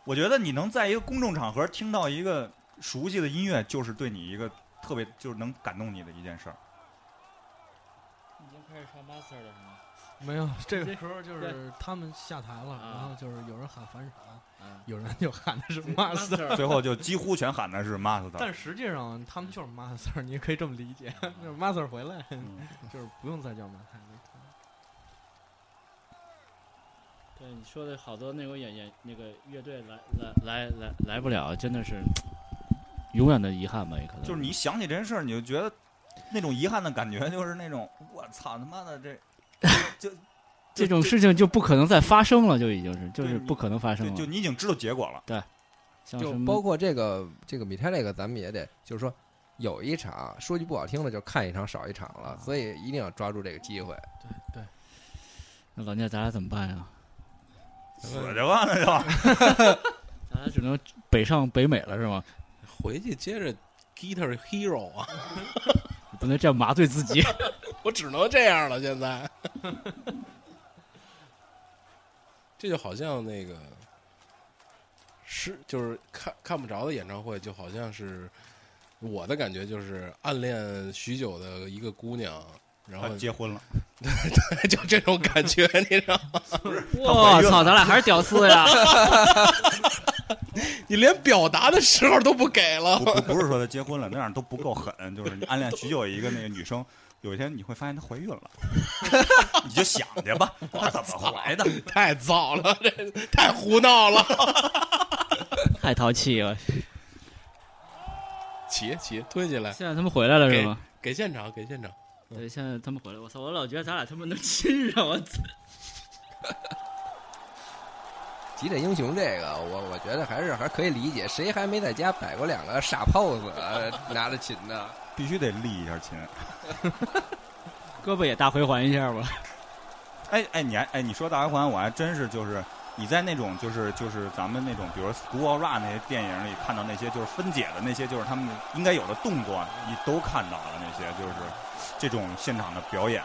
Speaker 1: 我觉得你能在一个公众场合听到一个熟悉的音乐，就是对你一个特别就是能感动你的一件事儿。
Speaker 3: 已经开始上 master 了是吗？
Speaker 4: 没 有这个
Speaker 3: 对
Speaker 4: 时候就是他们下台了，
Speaker 3: 啊
Speaker 4: 然后就是有人喊反闪，
Speaker 3: 啊
Speaker 4: 有人就喊的是 master，
Speaker 1: 最后就几乎全喊的是 master，
Speaker 4: 但实际上他们就是 master，你也可以这么理解， 就是 master 回来，
Speaker 1: 嗯
Speaker 4: 就是不用再叫马太了。
Speaker 3: 对你说的好多那种演演那个乐队来来来来来不了，真的是永远的遗憾吧，也可能
Speaker 1: 就是你想起这件事儿，你就觉得那种遗憾的感觉，就是那种我操他妈的 这就
Speaker 3: 这种事情就不可能再发生了，就已经是就是
Speaker 1: 对你
Speaker 3: 不可能发生
Speaker 1: 对，就
Speaker 3: 了。
Speaker 1: 你已经知道结果了。
Speaker 3: 像
Speaker 5: 就
Speaker 3: 什么
Speaker 5: 包括这个这个米泰这个，咱们也得就是说，有一场说句不好听的，就是看一场少一场了，所以一定要抓住这个机会。
Speaker 4: 对对，
Speaker 3: 那老聂，咱俩怎么办呀？
Speaker 1: 死去吧，那就
Speaker 3: 咱俩只能北上北美了是吗？
Speaker 2: 回去接着 Guitar Hero 啊，
Speaker 3: 你不能这样麻醉自己。
Speaker 2: 我只能这样了，现在。 这就好像那个是就是看看不着的演唱会，就好像是我的感觉就是暗恋许久的一个姑娘，然后
Speaker 1: 啊结婚了。
Speaker 2: 就这种感觉，你知道吗？
Speaker 3: 我操，咱俩还是屌丝呀！
Speaker 2: 你连表达的时候都不给了
Speaker 1: 不。不不是说她结婚了，那样都不够狠。就是你暗恋许久一个那个女生，有一天你会发现她怀孕了， 你就想去吧，她怎么怀的？
Speaker 2: 太早了，这太胡闹了。
Speaker 3: 太淘气 了。
Speaker 2: 起起推起来，
Speaker 3: 现在他们回来了是吗？
Speaker 2: 给现场，给现场。
Speaker 3: 对，现在他们回来，我操！我老觉得咱俩他妈能亲上，我操！
Speaker 5: 急诊英雄这个，我我觉得还是还可以理解，谁还没在家摆过两个傻 pose，呃 拿着琴呢？
Speaker 1: 必须得立一下琴。
Speaker 3: 胳膊也大回环一下吧。
Speaker 1: 哎哎，你还哎，你说大回环，我还真是就是你在那种就是就是咱们那种，比如说 School of Rock 那些电影里看到那些就是分解的那些，就是他们应该有的动作，你都看到了那些，就是这种现场的表演。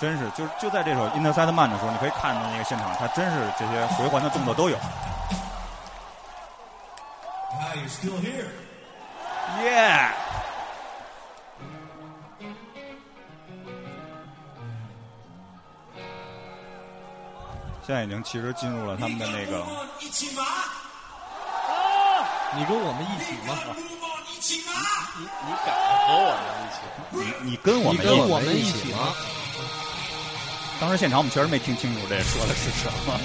Speaker 1: 真是，就是就在这首《In the Sight Man》的时候，你可以看到那个现场，它真是这些回环的动作都有。
Speaker 6: Wow, you're still here.
Speaker 1: 耶！现在已经其实进入了他们的那个
Speaker 6: Move on, Ichima.
Speaker 4: 你跟我们一起
Speaker 6: Gotta
Speaker 4: 吗？
Speaker 6: move on, Ichima.
Speaker 2: 你敢和我们一起？
Speaker 1: 你你跟我
Speaker 4: 你
Speaker 1: 们
Speaker 4: 跟
Speaker 1: 一
Speaker 4: 我
Speaker 5: 们
Speaker 4: 们
Speaker 5: 一
Speaker 4: 一
Speaker 5: 起
Speaker 4: 起
Speaker 5: 吗
Speaker 4: 吗？
Speaker 1: 当时现场我们确实没听清楚这说的是什么。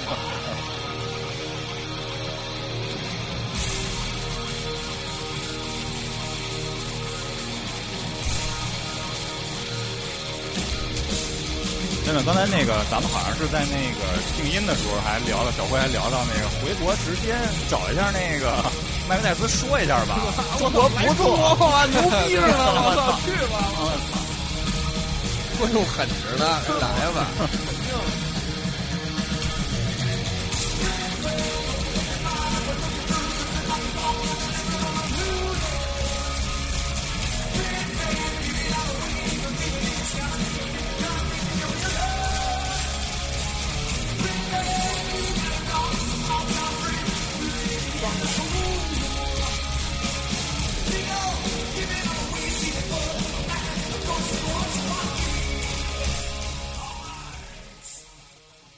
Speaker 1: 真的，刚才那个咱们好像是在那个静音的时候还聊了，小辉还聊到那个回国直接找一下那个麦克戴斯说一下吧，中国不错，
Speaker 5: 牛逼着呢！我操，去吧！观众狠着呢，来吧！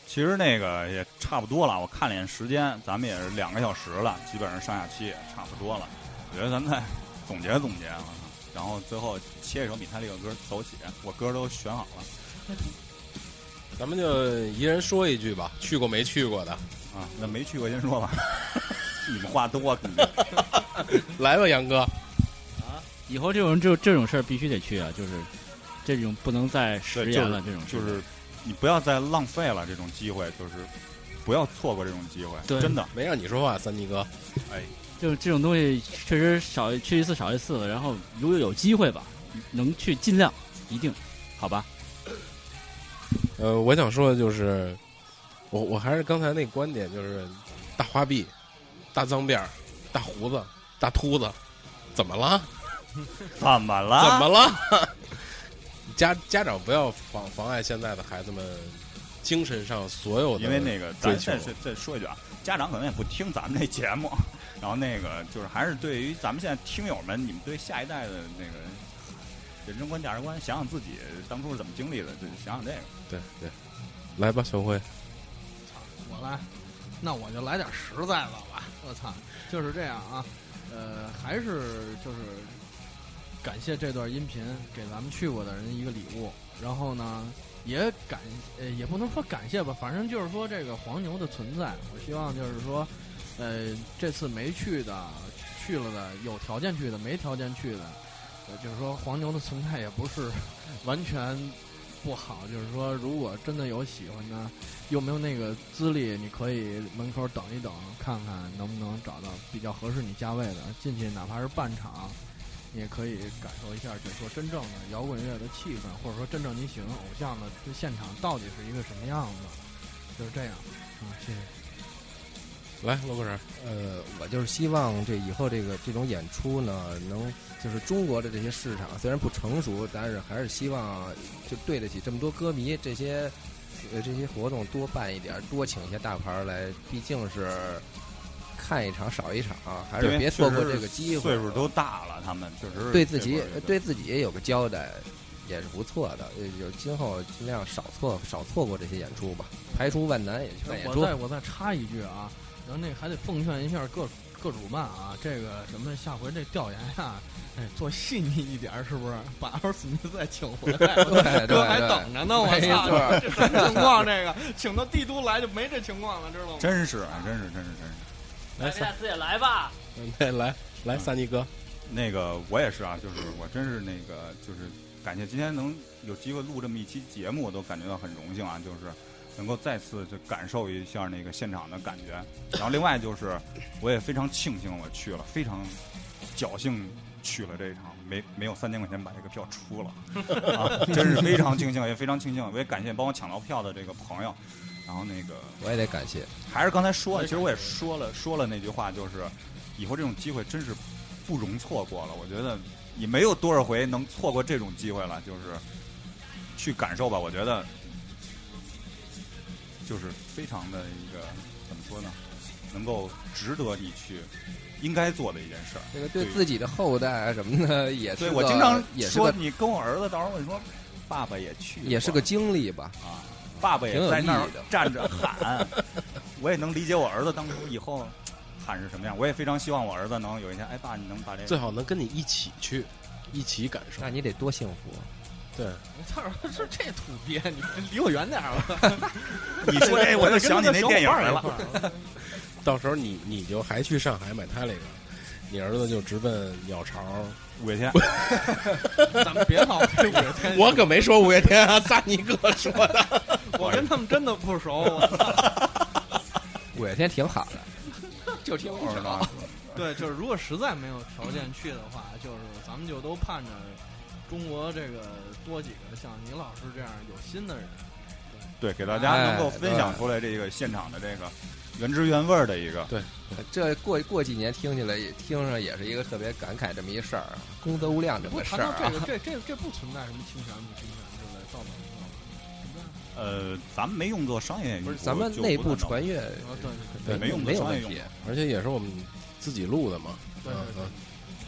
Speaker 1: 其实那个也差不多了，我看了眼时间，咱们也是两个小时了，基本上上下期也差不多了。我觉得咱们再总结总结啊，然后最后切一首米泰利的歌走起，我歌都选好了
Speaker 2: 咱们就一人说一句吧，去过没去过的，
Speaker 1: 啊。那没去过先说吧，你们话多，你
Speaker 2: 来吧，杨哥。
Speaker 3: 以后这种这这种事儿必须得去啊，就是这种不能再食言了，这种事
Speaker 1: 就
Speaker 3: 儿
Speaker 1: 是你不要再浪费了这种机会，就是不要错过这种机会，
Speaker 3: 对
Speaker 1: 真的。
Speaker 2: 没让你说话，三弟哥。
Speaker 3: 就是这种东西确实少去一次少一次，然后如果有机会吧，能去尽量一定，好吧？
Speaker 2: 呃，我想说的就是，我我还是刚才那观点，就是大花臂、大脏辫儿、大胡子、大秃子，怎么了？
Speaker 1: 怎么了？
Speaker 2: 怎么了？ 家家长不要妨妨碍现在的孩子们精神上所有的，
Speaker 1: 因为那个
Speaker 2: 追
Speaker 1: 咱
Speaker 2: 求
Speaker 1: 再再再说一句啊，家长可能也不听咱们这节目，然后那个就是还是对于咱们现在听友们，你们对下一代的那个人生观、价值观，想想自己当初是怎么经历的，就想想这个。
Speaker 2: 对对，来吧，小辉，
Speaker 4: 我来，那我就来点实在的吧。我操，就是这样啊。呃，还是就是感谢这段音频给咱们去过的人一个礼物。然后呢，也感呃也不能说感谢吧，反正就是说这个黄牛的存在，我希望就是说，呃，这次没去的、去了的、有条件去的、没条件去的，呃，就是说黄牛的存在也不是 完全不好，就是说如果真的有喜欢的。有没有那个资历，你可以门口等一等，看看能不能找到比较合适你价位的。进去哪怕是半场，你也可以感受一下，就是说真正的摇滚乐的气氛，或者说真正你喜欢偶像的这现场到底是一个什么样子，就是这样。啊，谢谢。
Speaker 2: 来罗博士，
Speaker 5: 呃，我就是希望这以后这个这种演出呢，能就是中国的这些市场虽然不成熟，但是还是希望就对得起这么多歌迷，这些呃这些活动多办一点，多请一些大牌儿来，毕竟是看一场少一场，啊还是
Speaker 1: 因为
Speaker 5: 别
Speaker 1: 确
Speaker 5: 错过
Speaker 1: 实
Speaker 5: 这
Speaker 1: 是
Speaker 5: 个机会。啊
Speaker 1: 岁数都大了，他们确实是
Speaker 5: 对自
Speaker 1: 这
Speaker 5: 己
Speaker 1: 会儿
Speaker 5: 对自己也有个交代，也是不错的。呃有今后尽量少错少错过这些演出吧，排除万难也去办演
Speaker 4: 我
Speaker 5: 出。
Speaker 4: 再我再插一句啊，然后那个还得奉劝一下各各主办啊，这个什么下回这调研呀、哎，做细腻一点儿，是不是？把阿尔史密斯再请回来，
Speaker 5: 对
Speaker 4: 哥还
Speaker 5: 对
Speaker 4: 等着呢，我
Speaker 5: 没
Speaker 4: 操！
Speaker 5: 错
Speaker 4: 这什么情况？这个请到帝都来就没这情况了，知道吗？
Speaker 1: 真是哎真是真是真是。
Speaker 2: 来
Speaker 3: 斯哎也来吧。
Speaker 2: 来来，萨尼哥，
Speaker 1: 那个我也是啊，就是我真是那个就是感谢今天能有机会录这么一期节目，我都感觉到很荣幸啊，就是能够再次就感受一下那个现场的感觉。然后另外就是我也非常庆幸我去了，非常侥幸去了这一场，没没有三千块钱把这个票出了，啊，真是非常庆幸，也非常庆幸，我也感谢帮我抢到票的这个朋友。然后那个
Speaker 5: 我也得感谢。
Speaker 1: 还是刚才说的，其实我也说了说了那句话，就是以后这种机会真是不容错过了。我觉得也没有多少回能错过这种机会了，就是去感受吧。我觉得就是非常的一个怎么说呢，能够值得你去应该做的一件事儿。
Speaker 5: 这个对
Speaker 1: 对
Speaker 5: 自己的后代啊什么的也是
Speaker 1: 对
Speaker 5: 个，
Speaker 1: 我经常
Speaker 5: 也是
Speaker 1: 说，
Speaker 5: 个
Speaker 1: 你跟我儿子到时候我说，爸爸也去过，
Speaker 5: 也是个经历吧。
Speaker 1: 啊，爸爸也在那儿
Speaker 5: 挺有意义的
Speaker 1: 站着喊，我也能理解我儿子当初以后喊是什么样。我也非常希望我儿子能有一天，哎，爸，你能把这
Speaker 2: 最好能跟你一起去，一起感受
Speaker 5: 那。你得多幸福！
Speaker 2: 对，
Speaker 4: 我操！ 说这土鳖，你离我远点儿吧。
Speaker 1: 你说这，我就想起那电影来了。
Speaker 4: 了。
Speaker 2: 到时候你你就还去上海买他那个，你儿子就直奔鸟巢。
Speaker 1: 五月天，
Speaker 4: 咱们别 老对五月天，
Speaker 2: 我可没说五月天啊，萨尼哥说的。
Speaker 4: 我跟他们真的不熟。
Speaker 5: 五月天挺好的，
Speaker 4: 就听我知道。对，就是如果实在没有条件去的话，就是咱们就都盼着中国这个多几个像倪老师这样有心的人。
Speaker 1: 对，给大家能够分享出来这个现场的这个原汁原味儿的一个。
Speaker 5: 这过过几年听起来也听上也是一个特别感慨这么一事儿啊，功德无量这
Speaker 4: 不
Speaker 5: 么
Speaker 4: 过
Speaker 5: 个
Speaker 4: 谈
Speaker 5: 事儿
Speaker 4: 到这
Speaker 5: 啊。
Speaker 4: 个，这这这不存在什么侵权不侵权之类的道德
Speaker 1: 呃，咱们没用作商业语，
Speaker 5: 不是咱们内部传
Speaker 1: 阅，
Speaker 5: 阅
Speaker 4: 上的。啊对
Speaker 1: 对，
Speaker 4: 对
Speaker 1: 没用作
Speaker 5: 没有
Speaker 1: 商业
Speaker 5: 问
Speaker 1: 用
Speaker 5: 题
Speaker 1: 途。。
Speaker 2: 而且也是我们自己录的嘛。
Speaker 4: 对对对。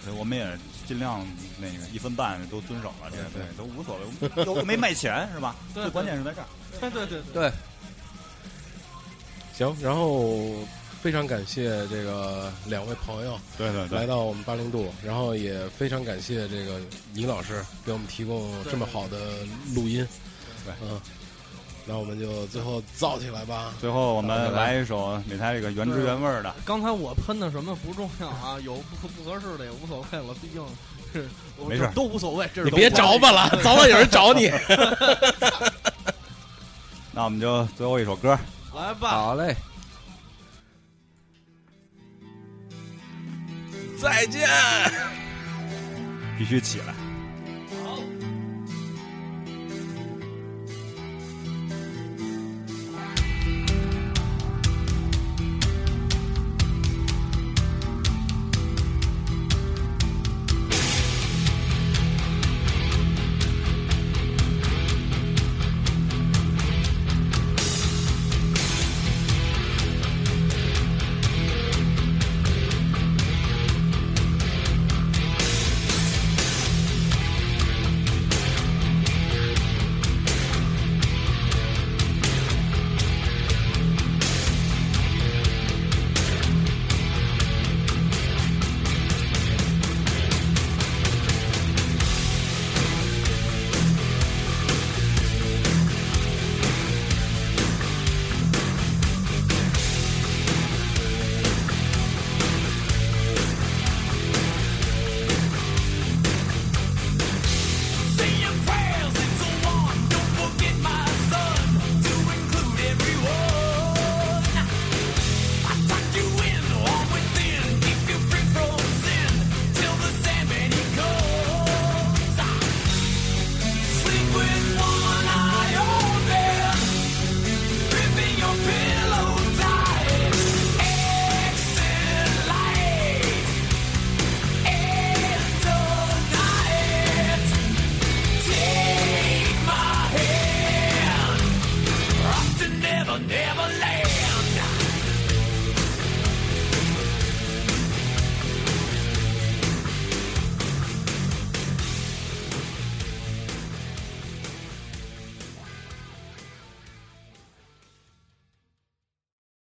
Speaker 1: 对我们也尽量那个一分半都遵守了，这个对都无所谓，又没卖钱是吧？
Speaker 4: 对
Speaker 1: 最关键是在这儿。
Speaker 4: 对对对对，
Speaker 5: 对，
Speaker 2: 行，然后非常感谢这个两位朋友
Speaker 1: 对对
Speaker 2: 来到我们八零度，然后也非常感谢这个倪老师给我们提供这么好的录音。
Speaker 1: 对
Speaker 2: 嗯，那我们就最后造起来吧。
Speaker 1: 最后我们来一首美泰这个原汁原味儿的，
Speaker 4: 刚才我喷的什么不重要啊，有不不合适的也无所谓了，毕竟是我
Speaker 1: 没事儿
Speaker 4: 都无所谓。这是
Speaker 2: 你
Speaker 4: 都
Speaker 2: 别
Speaker 4: 我
Speaker 2: 找吧了，早晚有人找你。
Speaker 1: 那我们就最后一首歌。
Speaker 4: 来吧，
Speaker 5: 好
Speaker 1: 啊
Speaker 5: 嘞。
Speaker 2: 再见。
Speaker 1: 必须起来。